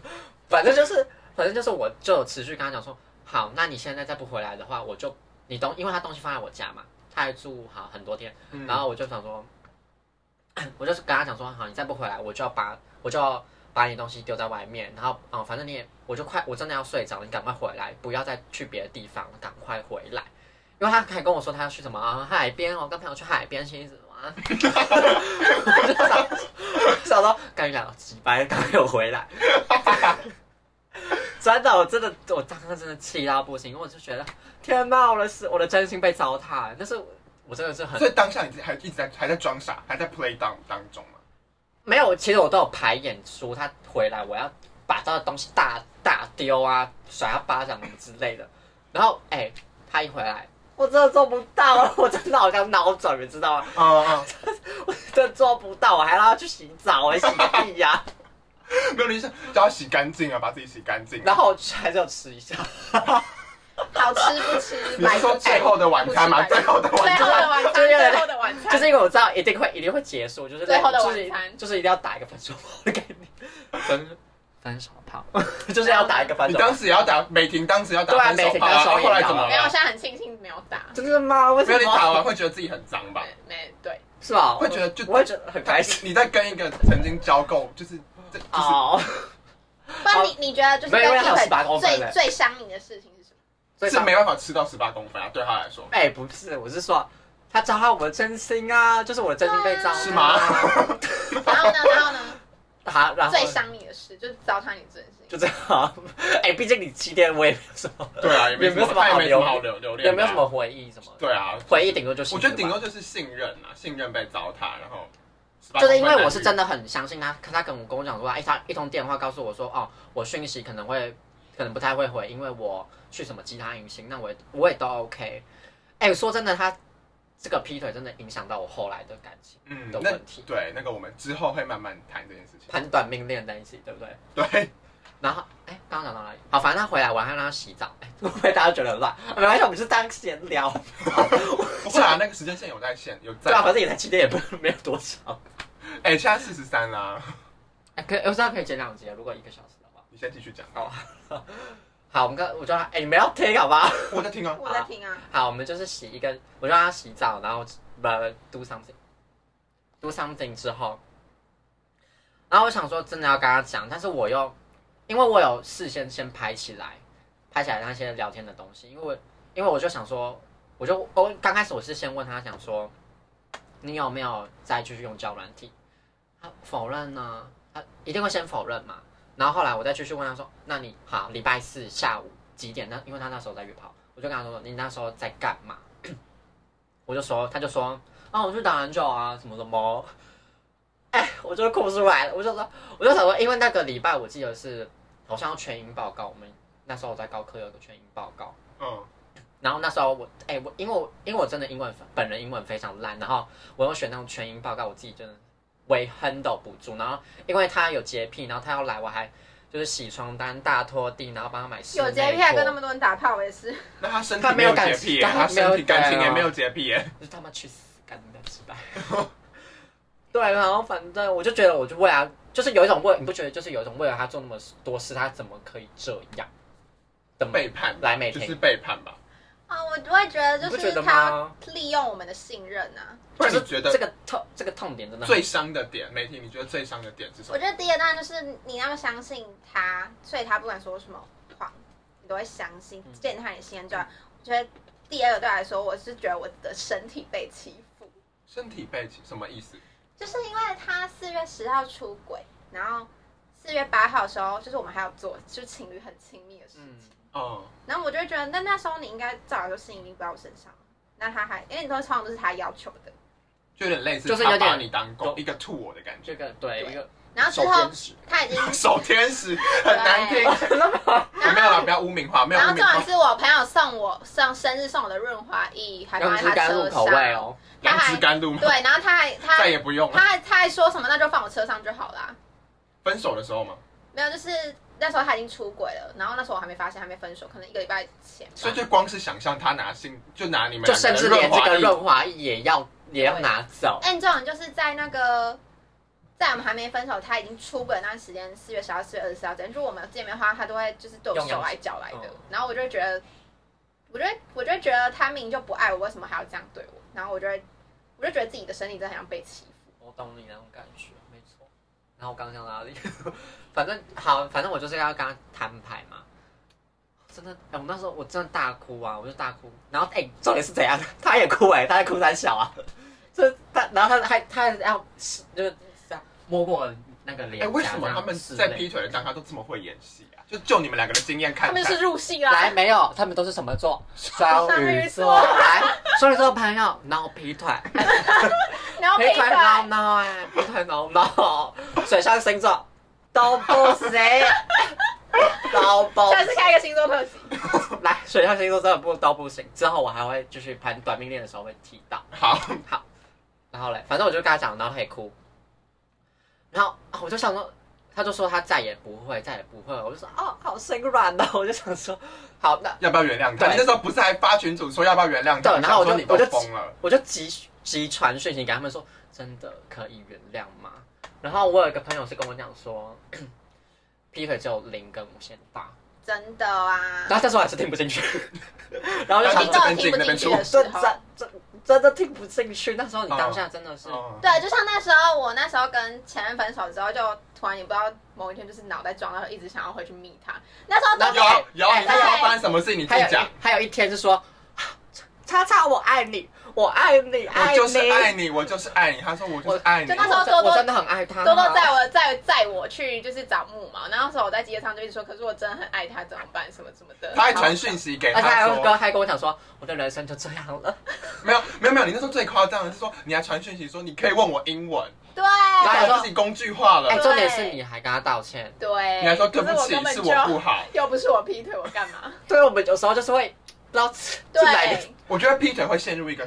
[SPEAKER 3] 反正就是反正就是我就有持续跟他讲说，好，那你现在再不回来的话，我就你东因为他东西放在我家嘛，他还住好很多天。
[SPEAKER 1] 嗯
[SPEAKER 3] 然后我就想说，我就是跟他讲说，好，你再不回来，我就要把我就要把你东西丢在外面，然后哦、反正你也，我就快，我真的要睡着，你赶快回来，不要再去别的地方，赶快回来。因为他还跟我说他要去什么、啊、海边哦，跟朋友去海边亲什么、啊， 我就想 想到跟你讲几百，赶快给我回来。 真的，我真的，我当时真的气到不行，因为我就觉得天哪，我的是我的真心被糟蹋，但是我真的是很
[SPEAKER 1] 所以当下你自己还一直在还在装傻，还在 play down 当中嘛？
[SPEAKER 3] 没有，其实我都有排演出，他回来我要把他的东西大大丢啊，甩他巴掌什么之类的。然后哎、他一回来，我真的做不到了， 我真的好像脑转，你知道吗？
[SPEAKER 1] 嗯
[SPEAKER 3] 我真的做不到，我还让他去洗澡，我洗个屁呀、
[SPEAKER 1] 嗯，没有，你是就要洗干净啊，把自己洗干净。
[SPEAKER 3] 然后我还是要吃一下，
[SPEAKER 2] 好吃不吃？
[SPEAKER 1] 你是
[SPEAKER 3] 哎
[SPEAKER 1] 说最后的晚餐吗？
[SPEAKER 2] 不
[SPEAKER 1] 最
[SPEAKER 2] 吃
[SPEAKER 1] 后的晚
[SPEAKER 2] 最后
[SPEAKER 1] 餐，
[SPEAKER 2] 的晚餐，最后的晚
[SPEAKER 3] 就
[SPEAKER 2] 餐，
[SPEAKER 3] 是因为我知道一定会一定会结束，就是
[SPEAKER 2] 最后的
[SPEAKER 3] 就是
[SPEAKER 2] 晚餐
[SPEAKER 3] 就是一定要打一个分手炮的概念，分分手炮，就是要打一个分
[SPEAKER 1] 你
[SPEAKER 3] 手炮
[SPEAKER 1] 当。时也要打美婷，当时要打
[SPEAKER 3] 啊对啊
[SPEAKER 1] 分
[SPEAKER 3] 美
[SPEAKER 1] 手
[SPEAKER 3] 婷
[SPEAKER 1] 炮啊，
[SPEAKER 3] 当时
[SPEAKER 1] 然后后来
[SPEAKER 3] 也打
[SPEAKER 1] 怎么了？
[SPEAKER 3] 了
[SPEAKER 2] 没有，我现在很庆幸没有打。
[SPEAKER 3] 真的吗？为
[SPEAKER 1] 没有，你打完
[SPEAKER 3] 么？
[SPEAKER 1] 会觉得自己很脏吧？
[SPEAKER 2] 没没对，
[SPEAKER 3] 是吧？
[SPEAKER 1] 会觉得就
[SPEAKER 3] 我会觉得很开心。
[SPEAKER 1] 你在跟一个曾经交够，就是这 就是
[SPEAKER 3] 哦，
[SPEAKER 2] 不然你你觉得就是
[SPEAKER 3] 没有因为
[SPEAKER 2] 跟
[SPEAKER 3] 他有
[SPEAKER 2] 劈
[SPEAKER 3] 18公
[SPEAKER 2] 腿
[SPEAKER 3] 分
[SPEAKER 2] 最
[SPEAKER 3] 嘞
[SPEAKER 2] 最伤你的事情是什么？
[SPEAKER 3] 所以
[SPEAKER 1] 是没办法吃到十八公分啊，对他来说。
[SPEAKER 3] 哎、不是，我是说他糟蹋我的真心啊，就是我的真心被糟蹋、
[SPEAKER 1] 是 吗？
[SPEAKER 2] 然后呢，然后呢，
[SPEAKER 3] 好，然后
[SPEAKER 2] 最伤你的事就是糟蹋你的真心。
[SPEAKER 3] 就这样。 哎、毕竟你七天我也没有什么，
[SPEAKER 1] 对啊，也
[SPEAKER 3] 也没有什么
[SPEAKER 1] 他也
[SPEAKER 3] 好
[SPEAKER 1] 没什
[SPEAKER 3] 留
[SPEAKER 1] 么好留留恋，啊
[SPEAKER 3] 也没有什。么回忆什么的。
[SPEAKER 1] 对啊，
[SPEAKER 3] 回忆顶多就是
[SPEAKER 1] 我觉得顶多
[SPEAKER 3] 吧
[SPEAKER 1] 就是信任啊，信任被糟蹋，然后
[SPEAKER 3] 就是因为我是真
[SPEAKER 1] 的，
[SPEAKER 3] 的很相信他，他跟我跟我讲说，哎、他一通电话告诉我说，哦，我讯息可能会可能不太会回，因为我去什么其他迎新，那我也我也都 OK。哎、说真的，他这个劈腿真的影响到我后来的感情
[SPEAKER 1] 嗯
[SPEAKER 3] 的，
[SPEAKER 1] 那
[SPEAKER 3] 问题，
[SPEAKER 1] 对那个我们之后会慢慢谈这件事情。
[SPEAKER 3] 判断命恋在一起，对不对？
[SPEAKER 1] 对，
[SPEAKER 3] 然后，哎，刚刚讲到哪里？好，反正他回来，我还让他洗澡。 哎，会不会大家觉得很乱？没关系，我们是当闲 聊。
[SPEAKER 1] 不会啊，那个时间线有在线，有在
[SPEAKER 3] 对。啊，反正也才七天，也不没有多少。
[SPEAKER 1] 哎，现在四十三啦，
[SPEAKER 3] 哎，可以我知道可以剪两节，如果一个小时的话。
[SPEAKER 1] 你先继续讲，
[SPEAKER 3] 好，我们刚我叫他，哎，你们要听好不好？
[SPEAKER 1] 我在听啊。
[SPEAKER 2] 我在听啊，
[SPEAKER 3] 好，我们就是洗一个，我就让他洗澡，然后呃，do something，do do something 之后，然后我想说真的要跟他讲，但是我又因为我有事先先拍起来，拍起来那些聊天的东西，因为我因为我就想说，我就我刚开始我是先问他想说，你有没有再继续用交友软体？他否认呢、他一定会先否认嘛。然后后来我再继续问他说，那你好，礼拜四下午几点？那因为他那时候在约炮，我就跟他说你那时候在干嘛？ 我就说，他就说，啊，我去打篮球啊，什么什么。哎，我就哭出来了，我就说，我就想说，因为那个礼拜我记得是好像要全英报告，我们那时候我在高科有个全英报告，
[SPEAKER 1] 嗯，
[SPEAKER 3] 然后那时候我，哎、我因为我因为我真的英文本人英文非常烂，然后我又选那种全英报告，我自己真的微 handle 不住。然后因为他有洁癖，然后他要来，我还就是洗床单、大拖地，然后帮他买室内
[SPEAKER 2] 有洁癖还
[SPEAKER 3] 裤
[SPEAKER 2] 跟那么多人打炮，我也是。
[SPEAKER 1] 那他身
[SPEAKER 3] 他
[SPEAKER 1] 体没
[SPEAKER 3] 没有
[SPEAKER 1] 有
[SPEAKER 3] 感
[SPEAKER 1] 洁癖耶，
[SPEAKER 3] 他
[SPEAKER 1] 他身
[SPEAKER 3] 没
[SPEAKER 1] 体
[SPEAKER 3] 有
[SPEAKER 1] 感情
[SPEAKER 3] 对
[SPEAKER 1] 也
[SPEAKER 3] 啊
[SPEAKER 1] 没有洁癖耶，
[SPEAKER 3] 就他妈去死，干你的失败。 对，然后反正我就觉得，我就为他，就是有一种为，你不觉得就是有一种为了他做那么多事，他怎么可以这样？怎么
[SPEAKER 1] 背叛
[SPEAKER 3] 来每
[SPEAKER 1] 就
[SPEAKER 3] 天？
[SPEAKER 1] 是背叛吧？
[SPEAKER 2] 啊，我我也觉得
[SPEAKER 3] 你
[SPEAKER 2] 就
[SPEAKER 3] 不觉
[SPEAKER 2] 是
[SPEAKER 3] 得
[SPEAKER 2] 他
[SPEAKER 3] 吗
[SPEAKER 2] 利用我们的信任啊。
[SPEAKER 1] 不然
[SPEAKER 3] 就
[SPEAKER 1] 你
[SPEAKER 3] 是
[SPEAKER 1] 觉得
[SPEAKER 3] 这个痛，这个痛点真的很
[SPEAKER 1] 最伤的点，媒体你觉得最伤的点是什
[SPEAKER 2] 我
[SPEAKER 1] 么？
[SPEAKER 2] 觉得第一个当然就是你那么相信他，所以他不管说什么谎，你都会相信，
[SPEAKER 3] 嗯
[SPEAKER 2] 践踏你信任。就好我觉得第二个对我来说，我是觉得我的身体被欺负，
[SPEAKER 1] 身体背弃什么意思？
[SPEAKER 2] 就是因为他四月十号出轨，然后四月八号的时候，就是我们还有做，就是情侣很亲密的事。
[SPEAKER 3] 嗯，
[SPEAKER 1] 哦，
[SPEAKER 2] 然后我就会觉得，那那时候你应该早就信已经不在我身上了。那他还，因为你都常常都是他要求的。
[SPEAKER 1] 就有点类似，
[SPEAKER 3] 就是有
[SPEAKER 1] 他
[SPEAKER 3] 点
[SPEAKER 1] 把你当狗
[SPEAKER 3] 有
[SPEAKER 1] 一个兔我的感觉
[SPEAKER 3] 这，个对
[SPEAKER 2] 对
[SPEAKER 3] 一个
[SPEAKER 2] 然后
[SPEAKER 3] 手
[SPEAKER 2] 之后
[SPEAKER 3] 天使，
[SPEAKER 2] 他已经，
[SPEAKER 1] 手天使很难 听，我没有啦，不要污名化，没有
[SPEAKER 2] 然
[SPEAKER 1] 污
[SPEAKER 2] 后
[SPEAKER 1] 名
[SPEAKER 2] 重点
[SPEAKER 1] 化，
[SPEAKER 2] 是我朋友送我送生日送我的润滑液，还放
[SPEAKER 3] 杨
[SPEAKER 2] 在
[SPEAKER 3] 枝
[SPEAKER 2] 他
[SPEAKER 3] 甘
[SPEAKER 2] 车
[SPEAKER 3] 露
[SPEAKER 2] 上
[SPEAKER 3] 口。味哦，
[SPEAKER 1] 杨枝甘露吗？
[SPEAKER 2] 对，然后他还他
[SPEAKER 1] 再也不用
[SPEAKER 2] 他
[SPEAKER 1] 了。
[SPEAKER 2] 还他还说什么，那就放我车上就好啦。
[SPEAKER 1] 分手的时候吗？
[SPEAKER 3] 嗯
[SPEAKER 2] 没有，就是那时候他已经出轨了，然后那时候我还没发现，还没分手，可能一个礼拜前吧。
[SPEAKER 1] 所以就光是想象他拿信，就拿你们
[SPEAKER 3] 就
[SPEAKER 1] 两
[SPEAKER 3] 甚
[SPEAKER 1] 个
[SPEAKER 3] 至
[SPEAKER 1] 人
[SPEAKER 3] 连
[SPEAKER 1] 润
[SPEAKER 3] 这
[SPEAKER 1] 滑
[SPEAKER 3] 个
[SPEAKER 1] 液
[SPEAKER 3] 润滑液也要也要拿走。
[SPEAKER 2] 但这种就是在那个，在我们还没分手，他已经出轨的那段时间，四月十号、四月二十四号之间，就是我们有见面的话，他都会就是对我
[SPEAKER 3] 用
[SPEAKER 2] 手
[SPEAKER 3] 钥匙
[SPEAKER 2] 来脚来的
[SPEAKER 3] 哦。
[SPEAKER 2] 然后我就会觉得，我就会我就会觉得他明明就不爱我，为什么还要这样对我？然后我就会，我就觉得自己的身体真的很像被欺负。
[SPEAKER 3] 我懂你那种感觉，没错。然后我刚讲哪里？ 反正好，反正我就是要跟他摊牌嘛。真的，哎、我那时候我真的大哭啊，我就大哭。然后哎、重点是怎样？ 他也哭哎、他在哭三小啊。 这他，然后他还他还要就是这样摸过我那个
[SPEAKER 1] 哎、
[SPEAKER 3] 脸颊这样之类的。
[SPEAKER 1] 为什么他们在劈腿的当下都这么会演戏啊？就就你们两个的经验看
[SPEAKER 2] 他
[SPEAKER 1] 来，
[SPEAKER 2] 们就是入戏啦
[SPEAKER 3] 来，，没有，他们都是什么座？ 双鱼
[SPEAKER 2] 鱼
[SPEAKER 3] 座。
[SPEAKER 2] 座
[SPEAKER 3] 来，双鱼座的朋友，挠劈腿，
[SPEAKER 2] 然后
[SPEAKER 3] 劈
[SPEAKER 2] 被
[SPEAKER 3] 腿挠挠哎，劈腿挠挠，水象星座都不行，都不
[SPEAKER 2] 下次
[SPEAKER 3] 行。
[SPEAKER 2] 开一个星座特辑，
[SPEAKER 3] 来，水象星座真的不都不行。之后我还会继续拍短命恋的时候会提到。
[SPEAKER 1] 好，
[SPEAKER 3] 然后嘞，反正我就跟他讲，然后他也哭。然后啊我就想说，他就说他再也不会，再也不会了。我就说哦，好心软哦。我就想说，好，那
[SPEAKER 1] 要不要原谅他？
[SPEAKER 3] 对
[SPEAKER 1] 你那时候不是还发群主说要不要原谅他？
[SPEAKER 3] 对然后我就
[SPEAKER 1] 想说你都
[SPEAKER 3] 我就
[SPEAKER 1] 疯了，
[SPEAKER 3] 我就急急传讯息给他们说，真的可以原谅吗？然后我有一个朋友是跟我讲说， 劈腿只有零跟无限大，
[SPEAKER 2] 真的啊
[SPEAKER 3] 然。后但是我还是听不进去， 然后就
[SPEAKER 1] 然后
[SPEAKER 3] 想
[SPEAKER 2] 听
[SPEAKER 1] 就
[SPEAKER 3] 说，
[SPEAKER 2] 到
[SPEAKER 1] 这边
[SPEAKER 2] 听不
[SPEAKER 1] 进那
[SPEAKER 2] 进
[SPEAKER 1] 边
[SPEAKER 2] 去
[SPEAKER 1] 出
[SPEAKER 2] 的时
[SPEAKER 3] 真
[SPEAKER 2] 候，
[SPEAKER 3] 真真真的听不进去。那时候你当下真的是，
[SPEAKER 1] 嗯，
[SPEAKER 2] 对，就像那时候，我那时候跟前任分手之后，就突然也不知道某一天就是脑袋撞到，一直想要回去密他。那时候
[SPEAKER 3] 那
[SPEAKER 2] 都
[SPEAKER 1] 有
[SPEAKER 3] 哎
[SPEAKER 1] 有，
[SPEAKER 3] 哎
[SPEAKER 1] 你知道发生什么事？你自
[SPEAKER 3] 还
[SPEAKER 1] 己
[SPEAKER 3] 有一
[SPEAKER 1] 讲。
[SPEAKER 3] 还有一天是说，啊叉叉我爱你，我爱你，
[SPEAKER 1] 我
[SPEAKER 3] 爱你，
[SPEAKER 1] 就是爱你，我就是爱你。他说我就是爱你
[SPEAKER 2] 就。那时
[SPEAKER 3] 哎我
[SPEAKER 2] 候
[SPEAKER 3] 真
[SPEAKER 2] 多多
[SPEAKER 3] 我真的很爱
[SPEAKER 1] 嗯
[SPEAKER 3] 他，
[SPEAKER 2] 多多载我载载我去就是找木毛，然后那时候我在街上就一直说，可是我真的很爱他，怎么办？什么什么的。
[SPEAKER 1] 他还传讯息给
[SPEAKER 3] 而且
[SPEAKER 1] 哎
[SPEAKER 3] 还
[SPEAKER 1] 他
[SPEAKER 3] 有跟
[SPEAKER 1] 说，
[SPEAKER 3] 还跟我讲说，我的人生就这样了。
[SPEAKER 1] 没有没有没有，你那时候最夸张的是说，你还传讯息说你可以问我英文，
[SPEAKER 2] 对
[SPEAKER 1] 然
[SPEAKER 3] 还
[SPEAKER 1] 后
[SPEAKER 3] 哎说
[SPEAKER 1] 还自己工具化了
[SPEAKER 3] 哎，，
[SPEAKER 2] 对
[SPEAKER 3] 重点是你还跟他道歉。
[SPEAKER 2] 对，
[SPEAKER 1] 你还说对不
[SPEAKER 2] 可
[SPEAKER 1] 起
[SPEAKER 2] 我根，本
[SPEAKER 1] 是
[SPEAKER 2] 就
[SPEAKER 1] 我不好。
[SPEAKER 2] 又不是我劈腿，我干嘛？
[SPEAKER 3] 对我们有时候就是会不知道是
[SPEAKER 2] 对，
[SPEAKER 3] 哪里，
[SPEAKER 1] 我觉得劈腿会陷入一个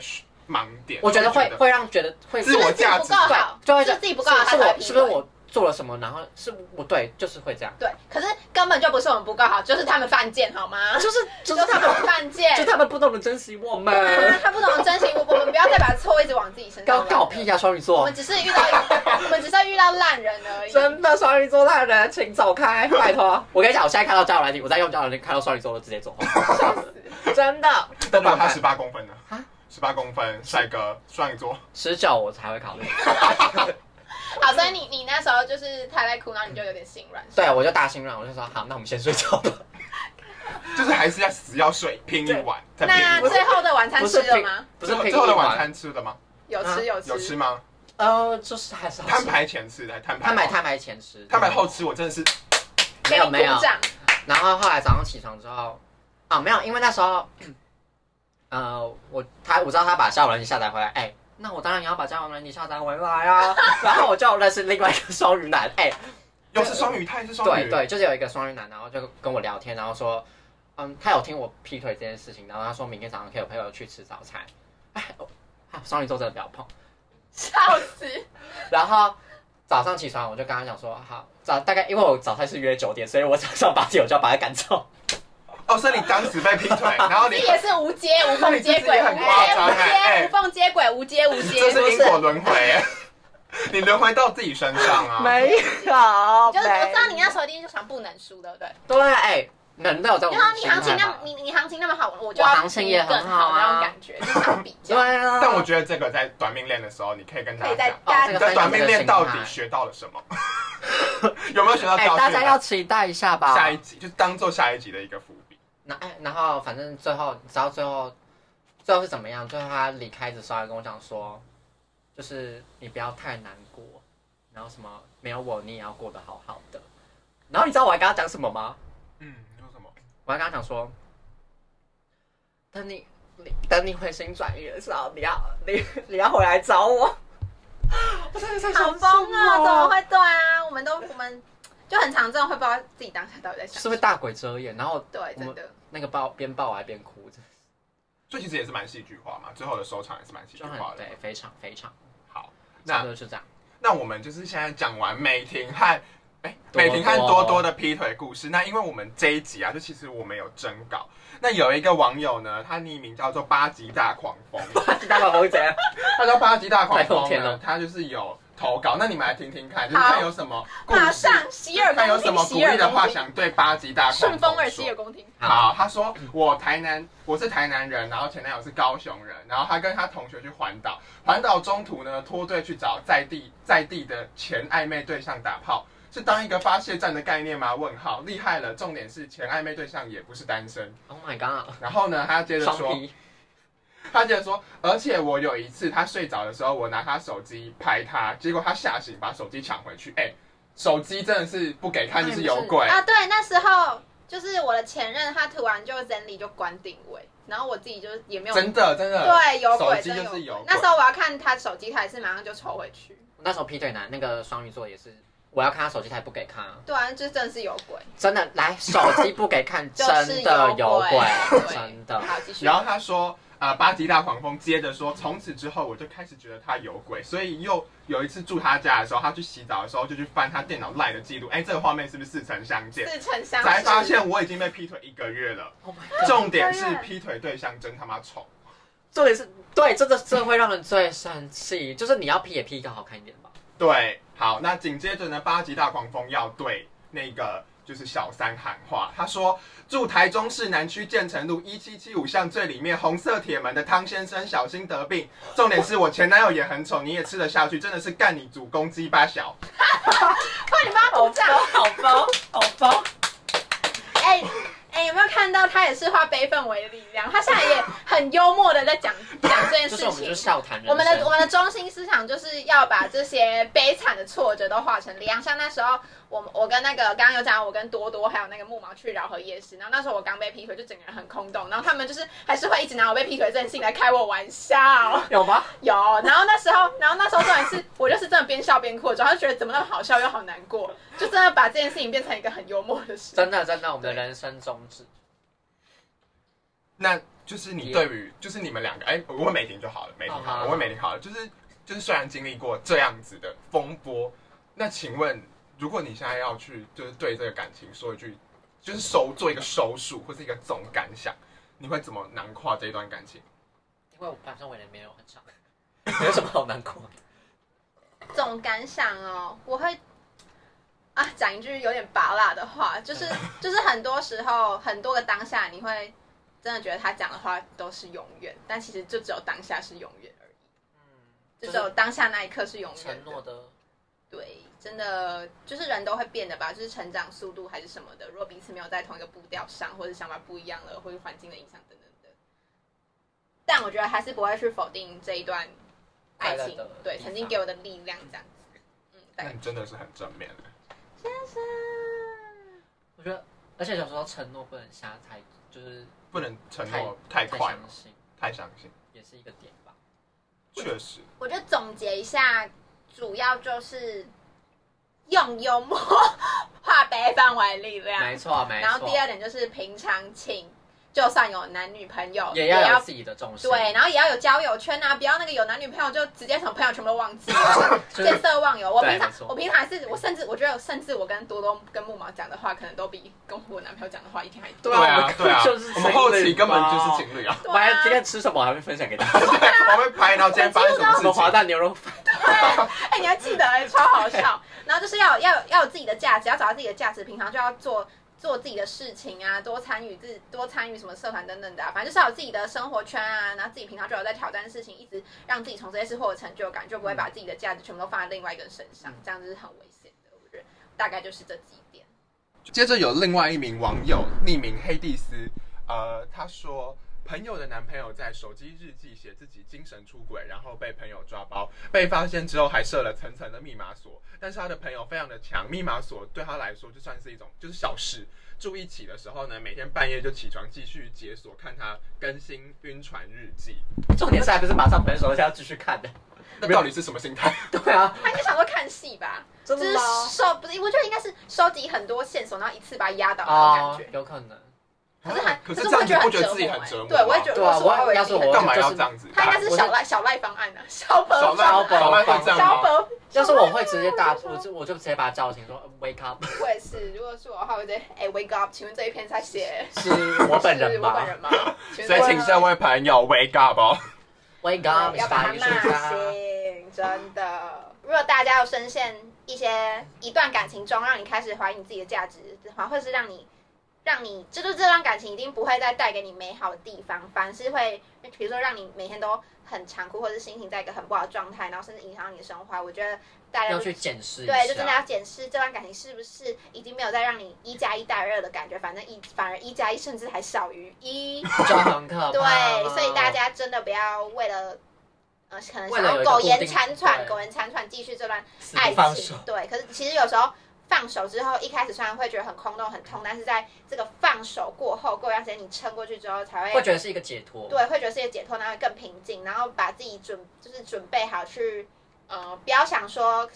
[SPEAKER 1] 盲点，
[SPEAKER 3] 我觉得会会让觉得会
[SPEAKER 1] 自我价值
[SPEAKER 2] 自己不够好，
[SPEAKER 3] 就会
[SPEAKER 2] 是
[SPEAKER 3] 觉
[SPEAKER 2] 自己
[SPEAKER 3] 得
[SPEAKER 2] 不够好，
[SPEAKER 3] 是
[SPEAKER 2] 他
[SPEAKER 3] 是
[SPEAKER 2] 才
[SPEAKER 3] 我
[SPEAKER 2] 劈
[SPEAKER 3] 是不是
[SPEAKER 2] 腿。
[SPEAKER 3] 我做了什么，然后是我对，就是会这样，
[SPEAKER 2] 对，可是根本就不是我们不够好，就是他们犯贱好吗？
[SPEAKER 3] 就是
[SPEAKER 2] 就
[SPEAKER 3] 就
[SPEAKER 2] 是是
[SPEAKER 3] 他
[SPEAKER 2] 他
[SPEAKER 3] 们
[SPEAKER 2] 们犯贱，
[SPEAKER 3] 就他们不懂得珍惜我们，
[SPEAKER 2] 啊他不懂得珍惜我，我们不要再把错一直往自己身上
[SPEAKER 3] 搞
[SPEAKER 2] 揽
[SPEAKER 3] 搞屁呀、双鱼
[SPEAKER 2] 我
[SPEAKER 3] 座
[SPEAKER 2] 们，只是遇到， 我们只是遇到烂人而已。
[SPEAKER 3] 真的双鱼座烂人，请走开，拜托！ 我跟你讲，我现在看到交友软体，我在用交友软体看到双鱼座我都直接走，真的。
[SPEAKER 1] 但如果他十八公分呢
[SPEAKER 3] 啊？
[SPEAKER 1] 十八公分，帅哥，双鱼座，
[SPEAKER 3] 十九我才会考虑。
[SPEAKER 2] 好，所以你你那时候就是他在哭，然后你就有点心软。是吧
[SPEAKER 3] 对，我就大心软，我就说好，那我们先睡觉吧。
[SPEAKER 1] 就是还是要死要睡，拼一晚再拼
[SPEAKER 2] 那
[SPEAKER 1] 一晚。
[SPEAKER 2] 最后的晚餐
[SPEAKER 3] 不
[SPEAKER 2] 吃
[SPEAKER 3] 是
[SPEAKER 2] 了
[SPEAKER 3] 拼
[SPEAKER 2] 吗？
[SPEAKER 3] 不是拼
[SPEAKER 1] 最后的
[SPEAKER 3] 一
[SPEAKER 1] 晚，餐吃的吗？
[SPEAKER 2] 有
[SPEAKER 3] 啊
[SPEAKER 2] 吃有吃
[SPEAKER 1] 有吃吗？
[SPEAKER 3] 呃，就是还是好
[SPEAKER 1] 摊
[SPEAKER 3] 吃。
[SPEAKER 1] 牌前吃的，还摊牌
[SPEAKER 3] 摊牌
[SPEAKER 1] 后
[SPEAKER 3] 摊牌前吃，
[SPEAKER 1] 摊牌后吃，我真的是
[SPEAKER 2] 给你
[SPEAKER 3] 没有没有
[SPEAKER 2] 鼓。掌。
[SPEAKER 3] 然后后来早上起床之后，啊没有，因为那时候， 呃，我他我知道他把交友软件下载回来，哎、那我当然也要把交友软件下载回来啊。 然后我就认识另外一个双鱼男，哎、
[SPEAKER 1] 又哦是双鱼，他也是双
[SPEAKER 3] 对
[SPEAKER 1] 鱼，
[SPEAKER 3] 对，就是有一个双鱼男，然后就跟我聊天，然后说，嗯，他有听我劈腿这件事情，然后他说明天早上可以陪我去吃早餐。哎，我啊双鱼座真的不要碰。
[SPEAKER 2] 笑死！
[SPEAKER 3] 然后早上起床我就跟他讲说，好早大概因为我早餐是约九点，所以我早上八点我就要把他赶走。
[SPEAKER 1] 哦，所以你当时被 劈腿，然后
[SPEAKER 2] 这
[SPEAKER 1] 你
[SPEAKER 2] 也是无接无缝接轨，
[SPEAKER 1] 你自己很
[SPEAKER 2] 无
[SPEAKER 1] 夸
[SPEAKER 2] 接
[SPEAKER 1] 张
[SPEAKER 2] 无
[SPEAKER 1] 哎
[SPEAKER 2] 接无缝接轨，无接无
[SPEAKER 1] 这
[SPEAKER 2] 接，
[SPEAKER 1] 是因果轮回耶， 你轮回到自己身上啊。
[SPEAKER 4] 没有，
[SPEAKER 2] 就是我知道你
[SPEAKER 4] 要
[SPEAKER 2] 那时候一定就想不能输，对不对？
[SPEAKER 3] 对，哎，能都有这种
[SPEAKER 2] 然后你行情
[SPEAKER 3] 心态
[SPEAKER 2] 那
[SPEAKER 3] 吧，
[SPEAKER 2] 你你行情那么好，我就
[SPEAKER 3] 我
[SPEAKER 2] 要
[SPEAKER 3] 行情也
[SPEAKER 2] 更
[SPEAKER 3] 很好啊
[SPEAKER 2] 那种感觉，就是想比
[SPEAKER 3] 对
[SPEAKER 2] 较。
[SPEAKER 3] 啊。
[SPEAKER 1] 但我觉得这个在短命恋的时候，你可以跟
[SPEAKER 4] 可
[SPEAKER 1] 他
[SPEAKER 4] 以再
[SPEAKER 1] 讲，
[SPEAKER 3] 哦
[SPEAKER 4] 大
[SPEAKER 3] 这
[SPEAKER 1] 你
[SPEAKER 3] 个
[SPEAKER 1] 在
[SPEAKER 3] 分
[SPEAKER 1] 短
[SPEAKER 3] 享
[SPEAKER 1] 命
[SPEAKER 3] 这个
[SPEAKER 1] 恋
[SPEAKER 3] 心
[SPEAKER 1] 到
[SPEAKER 3] 态
[SPEAKER 1] 底学到了什么？ 有没有学到
[SPEAKER 3] 哎，
[SPEAKER 1] 教
[SPEAKER 3] 大
[SPEAKER 1] 训
[SPEAKER 3] 家要
[SPEAKER 1] 呢？
[SPEAKER 3] 期待一下吧。
[SPEAKER 1] 啊下一集就是当做下一集的一个伏笔。
[SPEAKER 3] 那哎，然后反正最后，你知道最后最后是怎么样？最后他离开的时候，他跟我讲说，就是你不要太难过，然后什么没有我你也要过得好好的。然后你知道我还跟他讲什么吗？
[SPEAKER 1] 嗯，你说什么？
[SPEAKER 3] 我还跟他讲说，等你你等你回心转意的时候，你要你你要回来找我。 我真的在
[SPEAKER 2] 好
[SPEAKER 3] 想
[SPEAKER 2] 疯啊！
[SPEAKER 3] 什
[SPEAKER 2] 怎么？会对啊？我们都我们就很常这种会不知道自己当下到底在想
[SPEAKER 3] 是
[SPEAKER 2] 什
[SPEAKER 3] 不
[SPEAKER 2] 么。
[SPEAKER 3] 是大鬼遮眼？然后
[SPEAKER 2] 对，真的。
[SPEAKER 3] 那个抱边抱我还边哭，真的
[SPEAKER 1] 所以其实也是蛮戏剧化嘛，最后的收场也是蛮戏剧
[SPEAKER 3] 就
[SPEAKER 1] 化的。
[SPEAKER 3] 很对，非常非常，
[SPEAKER 1] 好，
[SPEAKER 3] 差不
[SPEAKER 1] 那
[SPEAKER 3] 多就这样。
[SPEAKER 1] 那我们就是现在讲完美婷和。哎，
[SPEAKER 3] 多多啊
[SPEAKER 1] 美婷和多多的劈腿故事。那因为我们这一集啊，就其实我们有征稿。那有一个网友呢，他匿名叫做八级大狂 风，
[SPEAKER 3] 大宝红姐，
[SPEAKER 1] 他叫八级大狂
[SPEAKER 3] 太
[SPEAKER 1] 风
[SPEAKER 3] 空天
[SPEAKER 1] 呢
[SPEAKER 3] 了，
[SPEAKER 1] 他就是有投稿。那你们来听听看，就是看有什么故
[SPEAKER 2] 马
[SPEAKER 1] 事，
[SPEAKER 2] 上洗耳
[SPEAKER 1] 看有
[SPEAKER 2] 恭
[SPEAKER 1] 什
[SPEAKER 2] 听，
[SPEAKER 1] 么鼓
[SPEAKER 2] 洗耳
[SPEAKER 1] 励的
[SPEAKER 2] 恭
[SPEAKER 1] 话
[SPEAKER 2] 听，
[SPEAKER 1] 想对八级大狂
[SPEAKER 2] 顺风
[SPEAKER 1] 风
[SPEAKER 2] 耳，
[SPEAKER 1] 说
[SPEAKER 2] 洗耳恭听。
[SPEAKER 1] 好，他说我台南，我是台南人，然后前男友是高雄人，然后他跟他同学去环岛，环岛中途呢脱队去找在地在地的前暧昧对象打炮，是当一个发泄站的概念吗？问号，厉害了，重点是前暧昧对象也不是单身。
[SPEAKER 3] ，Oh my god，
[SPEAKER 1] 然后呢，他接着
[SPEAKER 3] 双
[SPEAKER 1] 说，
[SPEAKER 3] P，
[SPEAKER 1] 他接着说，而且我有一次他睡着的时候，我拿他手机拍他，结果他吓醒把手机抢回去，哎、手机真的是不给看就是有鬼，
[SPEAKER 2] 啊，对，那时候就是我的前任，他突然就 Zenly 就关定位，然后我自己就是也没有
[SPEAKER 1] 真的真的。
[SPEAKER 2] 对有
[SPEAKER 1] 手
[SPEAKER 2] 鬼，
[SPEAKER 1] 机
[SPEAKER 2] 真
[SPEAKER 1] 就是
[SPEAKER 2] 有
[SPEAKER 1] 有鬼
[SPEAKER 2] 鬼。那时候我要看他手机，他也是马上就抽回去。
[SPEAKER 3] 那时候劈腿男那个双鱼座也是，我要看他手机，他也不给看啊，
[SPEAKER 2] 对啊，就真的是有鬼。
[SPEAKER 3] 真的，来手机不给看，
[SPEAKER 2] 就
[SPEAKER 3] 真
[SPEAKER 2] 是
[SPEAKER 3] 的
[SPEAKER 2] 有
[SPEAKER 3] 有
[SPEAKER 2] 鬼
[SPEAKER 3] 鬼，
[SPEAKER 2] 对
[SPEAKER 3] 真的。
[SPEAKER 2] 好，继续。
[SPEAKER 1] 然后他说，呃，巴迪大狂风接着说，从此之后我就开始觉得他有鬼，所以又有一次住他家的时候，他去洗澡的时候就去翻他电脑赖的记录，哎，这个画面是不是似曾相见？
[SPEAKER 2] 似曾相识，
[SPEAKER 1] 才发现我已经被劈腿一个月了，
[SPEAKER 3] Oh my god，
[SPEAKER 1] 重点是劈腿对象真他妈丑。
[SPEAKER 3] 重点是对，真的这会让人最生气，就是你要 P 也 P 一个好看一点吧。
[SPEAKER 1] 对，好，那紧接着呢，八级大狂风要对那个就是小三喊话，他说住台中市南区建成路一七七五巷最里面红色铁门的汤先生小心得病，重点是我前男友也很丑，你也吃得下去，真的是干你祖公鸡巴小。
[SPEAKER 2] 快点帮他鼓掌。
[SPEAKER 3] 好包，好包，
[SPEAKER 2] 哎哎，有没有看到他也是化悲愤为力量？他现在也很幽默的在 讲讲这件
[SPEAKER 3] 就
[SPEAKER 2] 事
[SPEAKER 3] 是我们就
[SPEAKER 2] 情。
[SPEAKER 3] 是笑谈人生。
[SPEAKER 2] 我们的我们的中心思想就是要把这些悲惨的挫折都化成力量。像那时候，我们我跟那个刚刚有讲，我跟多多还有那个木毛去饶河夜市，然后那时候我刚被劈腿，就整个人很空洞。然后他们就是还是会一直拿我被劈腿这件事情来开我玩笑。
[SPEAKER 3] 有吗？
[SPEAKER 2] 有，然后那时候，然后那时候重点是我就是真的边笑边哭，然后就觉得怎么那么好笑又好难过，就真的把这件事情变成一个很幽默的事。
[SPEAKER 3] 真的真的，我们的人生宗旨。
[SPEAKER 1] 那就是你对于就是你们两个，哎、我问美婷就好了，美婷好
[SPEAKER 3] 好
[SPEAKER 1] 了，
[SPEAKER 3] 好
[SPEAKER 1] 我问美婷好了，就是就是虽然经历过这样子的风波，那请问如果你现在要去就是对这个感情说一句，就是收做一个收束或是一个总感想，你会怎么囊括这一段感情？
[SPEAKER 3] 因为我反正我也没有很长，没 有什么好难过的。
[SPEAKER 2] 总感想哦，我会啊 讲一句有点拔辣的话，就是就是很多时候很多个当下你会真的觉得他讲的话都是永远，但其实就只有当下是永远而已，
[SPEAKER 3] 嗯，
[SPEAKER 2] 就只有当下那一刻是永远
[SPEAKER 3] 承
[SPEAKER 2] 的
[SPEAKER 3] 诺的，
[SPEAKER 2] 对，真的就是人都会变的吧，就是成长速度还是什么的。如果彼此没有在同一个步调上，或者想法不一样了，或者环境的影响等等的，但我觉得还是不会去否定这一段爱情
[SPEAKER 3] 快乐的，
[SPEAKER 2] 对，
[SPEAKER 3] 地
[SPEAKER 2] 曾经
[SPEAKER 3] 方
[SPEAKER 2] 给我的力量这样子。嗯，
[SPEAKER 1] 那
[SPEAKER 2] 对。
[SPEAKER 1] 你真的是很正面的。
[SPEAKER 3] 我觉得，而且有时候承诺不能瞎太，就是
[SPEAKER 1] 不能承诺太快了
[SPEAKER 3] 相，信，
[SPEAKER 1] 太伤心。
[SPEAKER 3] 也是一个点吧。
[SPEAKER 1] 确实，
[SPEAKER 2] 我就总结一下，主要就是用幽默化悲愤为力量
[SPEAKER 3] 没。错，啊没错。
[SPEAKER 2] 啊然后第二点就是平常请，就算有男女朋友，
[SPEAKER 3] 也
[SPEAKER 2] 也
[SPEAKER 3] 要有
[SPEAKER 2] 要
[SPEAKER 3] 自己的重心，
[SPEAKER 2] 对，，啊然后也要有交友圈啊，不要那个有男女朋友就直接什么朋友全部都忘记了，
[SPEAKER 3] 就是
[SPEAKER 2] 见色忘友。我
[SPEAKER 3] 对
[SPEAKER 2] 平常
[SPEAKER 3] 没错
[SPEAKER 2] 我平常还是我甚至我觉得甚至我跟多多跟木毛讲的话，可能都比跟我男朋友讲的话一天还多。
[SPEAKER 3] 对啊
[SPEAKER 1] 啊，对啊
[SPEAKER 3] 就是情，侣
[SPEAKER 1] 我们后期根本就是情侣啊！
[SPEAKER 2] 对
[SPEAKER 3] 我
[SPEAKER 2] 啊
[SPEAKER 3] 还今天吃什么，我还会分享给大家。
[SPEAKER 1] 我会拍，然后今天发生什么
[SPEAKER 3] 什么
[SPEAKER 1] 事
[SPEAKER 3] 滑
[SPEAKER 1] 情？
[SPEAKER 3] 蛋牛肉饭，
[SPEAKER 2] 哎、你还记得、哎，超好笑。然后就是要有要有要有自己的价值，要找到自己的价值，平常就要做做自己的事情啊，多参与自多参与什么社团等等的、啊，反正就是要有自己的生活圈啊，然后自己平常就有在挑战事情，一直让自己从这些事获得成就感，就不会把自己的价值全部都放在另外一个人身上，这样子是很危险的。我觉得大概就是这几点。
[SPEAKER 1] 接着有另外一名网友匿名黑蒂斯，呃，他说。朋友的男朋友在手机日记写自己精神出轨，然后被朋友抓包，被发现之后还设了层层的密码锁。但是他的朋友非常的强，密码锁对他来说就算是一种就是小事。住一起的时候呢，每天半夜就起床继续解锁，看他更新晕船日记。
[SPEAKER 3] 重点是还不是马上分手，而且要继续看的。
[SPEAKER 1] 那到底是什么心态？
[SPEAKER 3] 对啊，
[SPEAKER 2] 他应哎该想说看戏吧，
[SPEAKER 3] 真
[SPEAKER 2] 就是收不是，我觉得应该是收集很多线索，然后一次把它压倒那种感
[SPEAKER 3] 哦
[SPEAKER 2] 觉。，
[SPEAKER 3] 有可能。
[SPEAKER 2] 可是还
[SPEAKER 1] 可是
[SPEAKER 2] 是
[SPEAKER 1] 这样
[SPEAKER 2] 我觉得很
[SPEAKER 1] 子不觉得自己
[SPEAKER 2] 磨
[SPEAKER 1] 很
[SPEAKER 2] 哎
[SPEAKER 1] 折磨吗？
[SPEAKER 2] 对，我也觉得，
[SPEAKER 3] 对啊，
[SPEAKER 2] 如果
[SPEAKER 3] 我
[SPEAKER 2] 我
[SPEAKER 3] 要是
[SPEAKER 2] 我也觉得
[SPEAKER 3] 我
[SPEAKER 1] 干嘛要
[SPEAKER 3] 就
[SPEAKER 1] 这
[SPEAKER 3] 是
[SPEAKER 1] 样子？
[SPEAKER 2] 他应该是小赖小赖方案啊，小本
[SPEAKER 1] 小
[SPEAKER 2] 方
[SPEAKER 1] 麦
[SPEAKER 3] 小
[SPEAKER 2] 案
[SPEAKER 3] 本
[SPEAKER 1] 小麦会这样
[SPEAKER 2] 小
[SPEAKER 1] 吗？
[SPEAKER 2] 本
[SPEAKER 3] 就是我会直接大，我就我就直接把他叫醒，说 wake up，
[SPEAKER 2] 我也是，如果是我的话，我得哎、wake up，请问这一篇在写
[SPEAKER 3] 是我本
[SPEAKER 2] 是
[SPEAKER 3] 人
[SPEAKER 2] 我
[SPEAKER 3] 吗
[SPEAKER 2] 本人吗？请
[SPEAKER 1] 所以
[SPEAKER 2] 问
[SPEAKER 1] 请这位啊朋友 wake up 哦。
[SPEAKER 3] ？wake
[SPEAKER 2] 要
[SPEAKER 3] up，
[SPEAKER 2] 要把他
[SPEAKER 3] 大艺术
[SPEAKER 2] 骂
[SPEAKER 3] 家。
[SPEAKER 2] 醒，真的。如果大家有深陷一些一段感情中，让你开始怀疑你自己的价值的话，或是让你让你，这就是这段感情一定不会再带给你美好的地方，反而是会，比如说让你每天都很残酷，或者心情在一个很不好的状态，然后甚至影响到你的生活。啊我觉得大家
[SPEAKER 3] 要
[SPEAKER 2] 就
[SPEAKER 3] 去检视一下，
[SPEAKER 2] 对，就真的要检视这段感情是不是已经没有再让你一加一大于二的感觉，反正一反而一加一甚至还少于一。
[SPEAKER 3] 就很可怕。
[SPEAKER 2] 对，所以大家真的不要为了呃，可能
[SPEAKER 3] 为
[SPEAKER 2] 想要
[SPEAKER 3] 了有一个
[SPEAKER 2] 苟
[SPEAKER 3] 固
[SPEAKER 2] 延
[SPEAKER 3] 定
[SPEAKER 2] 残喘，
[SPEAKER 3] 对
[SPEAKER 2] 苟延残喘继续这段
[SPEAKER 3] 死不
[SPEAKER 2] 爱
[SPEAKER 3] 放手
[SPEAKER 2] 情。。对，可是其实有时候放手之后，一开始虽然会觉得很空洞、很痛，但是在这个放手过后，过一段时间你撑过去之后，才
[SPEAKER 3] 会
[SPEAKER 2] 会
[SPEAKER 3] 觉得是一个解脱。
[SPEAKER 2] 对，会觉得是一个解脱，然后更平静，然后把自己准就是准备好去呃，不要想说。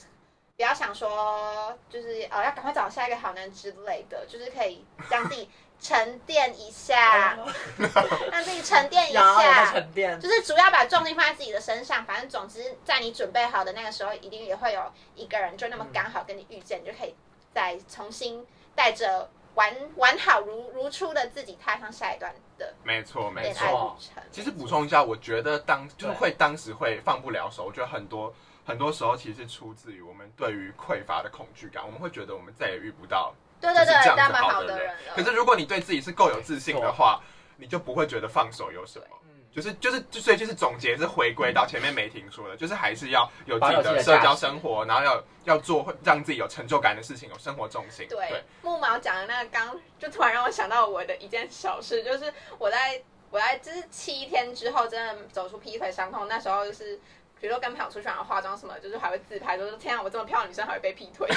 [SPEAKER 2] 不要想说，就是呃，要赶快找下一个好男人之类的，就是可以让自己沉淀一 下，让自己沉淀一
[SPEAKER 3] 有我在
[SPEAKER 2] 下，
[SPEAKER 3] 沉淀。
[SPEAKER 2] 就是主要把重心放在自己的身上，反正总之在你准备好的那个时候，一定也会有一个人就那么刚好跟你遇见，你就可以再重新带着完完好如如初的自己踏上下一段的
[SPEAKER 1] 没错，没
[SPEAKER 2] 恋
[SPEAKER 1] 错。
[SPEAKER 2] 爱路程。
[SPEAKER 1] 其实补充一下，我觉得当就是
[SPEAKER 3] 对
[SPEAKER 1] 会当时会放不了手，我觉得很多很多时候其实是出自于我们对于匮乏的恐惧感，我们会觉得我们再也遇不到。
[SPEAKER 2] 对对对
[SPEAKER 1] 就是这，样子
[SPEAKER 2] 那么
[SPEAKER 1] 好
[SPEAKER 2] 好
[SPEAKER 1] 的
[SPEAKER 2] 的
[SPEAKER 1] 人
[SPEAKER 2] 人了。
[SPEAKER 1] 可是如果你对自己是够有自信的话，你就不会觉得放手有什么。
[SPEAKER 3] 嗯，
[SPEAKER 1] 就是就是就所以就是总结是回归到前面梅婷说的，就是还是要有自
[SPEAKER 3] 保有
[SPEAKER 1] 己
[SPEAKER 3] 自己
[SPEAKER 1] 的
[SPEAKER 3] 的
[SPEAKER 1] 社
[SPEAKER 3] 价
[SPEAKER 1] 交
[SPEAKER 3] 值
[SPEAKER 1] 生活，然后要要做会让自己有成就感的事情，有生活重心。
[SPEAKER 2] 对，木毛讲的那个刚，就突然让我想到我的一件小事，就是我在我在就是七天之后，真的走出劈腿伤痛。那时候就是，比如说跟朋友出去玩化妆什么，就是还会自拍，就是天啊，我这么漂亮的女生还会被劈腿，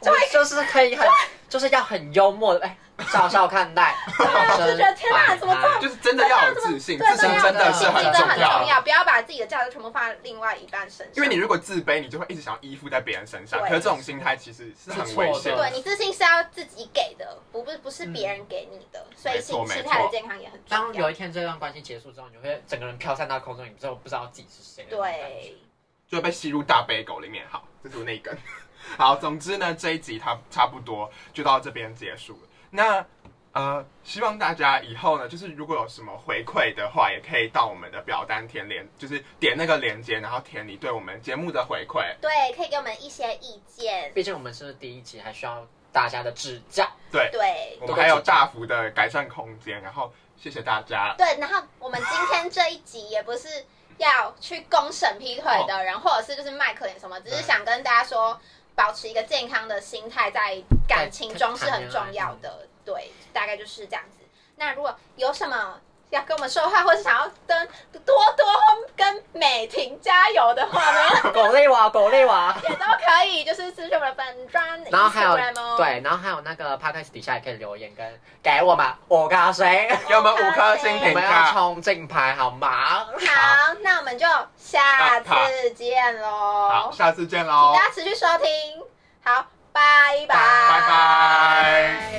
[SPEAKER 3] 我就是可以很，就是要很幽默的，哎，笑笑看 待。
[SPEAKER 2] 啊就觉得天哪怎么这么
[SPEAKER 1] 就是真的要有自信，
[SPEAKER 2] 对，
[SPEAKER 1] 自
[SPEAKER 2] 真
[SPEAKER 1] 信
[SPEAKER 2] 的要
[SPEAKER 1] 真的
[SPEAKER 2] 自
[SPEAKER 1] 是
[SPEAKER 2] 信
[SPEAKER 1] 很
[SPEAKER 2] 真的
[SPEAKER 1] 重
[SPEAKER 2] 很
[SPEAKER 1] 要
[SPEAKER 2] 重。要，不要把自己的价值全部放在另外一半身上。
[SPEAKER 1] 因为你如果自卑，你就会一直想要依附在别人身上，
[SPEAKER 2] 对
[SPEAKER 1] 可是这种心态其实是很危
[SPEAKER 3] 是错
[SPEAKER 1] 险
[SPEAKER 3] 的
[SPEAKER 1] 的。
[SPEAKER 2] 对你自信是要自己给的，不不不是别人给你的，所以
[SPEAKER 1] 没错
[SPEAKER 2] 心
[SPEAKER 1] 没
[SPEAKER 2] 心态的
[SPEAKER 1] 错
[SPEAKER 2] 健康也很
[SPEAKER 3] 当
[SPEAKER 2] 重
[SPEAKER 3] 有
[SPEAKER 2] 要
[SPEAKER 3] 一。天这段关系结束之后，你会整个人飘散到空中，你之后不知道自己是谁。，
[SPEAKER 2] 对，
[SPEAKER 1] 就会被吸入大杯狗里面。好，这是我那一根。好，总之呢，这一集它差不多就到这边结束了。那呃，希望大家以后呢，就是如果有什么回馈的话，也可以到我们的表单填连，就是点那个连接，然后填你对我们节目的回馈。
[SPEAKER 2] 对，可以给我们一些意见。
[SPEAKER 3] 毕竟我们是第一集，还需要大家的指教。
[SPEAKER 2] 对，
[SPEAKER 1] 我们还有大幅的改善空间，然后谢谢大家。
[SPEAKER 2] 对，然后我们今天这一集也不是要去公审劈腿的人，或者是就是卖可怜什么，只是
[SPEAKER 1] 对
[SPEAKER 2] 想跟大家说，保持一个健康的心态在感情中是很重要的。对，大概就是这样子。那如果有什么要跟我们说的话，或是想要跟多多或跟美婷加油的话 呢，
[SPEAKER 3] 狗累娃，狗 累娃。
[SPEAKER 2] 也都可以，就是私讯我们的本专
[SPEAKER 3] 然后还有
[SPEAKER 2] Instagram 哦。
[SPEAKER 3] 对，然后还有那个 podcast 底下也可以留言跟给我们五颗水，
[SPEAKER 1] 给我们五颗星
[SPEAKER 3] 我
[SPEAKER 1] 评
[SPEAKER 3] 们要
[SPEAKER 1] 价。
[SPEAKER 3] 冲金牌好吗？
[SPEAKER 2] 好，那我们就下次见
[SPEAKER 1] 好，
[SPEAKER 2] 喽，
[SPEAKER 1] 下次见
[SPEAKER 2] 请
[SPEAKER 1] 喽，
[SPEAKER 2] 大家持续收听，好，拜拜，
[SPEAKER 1] 拜拜。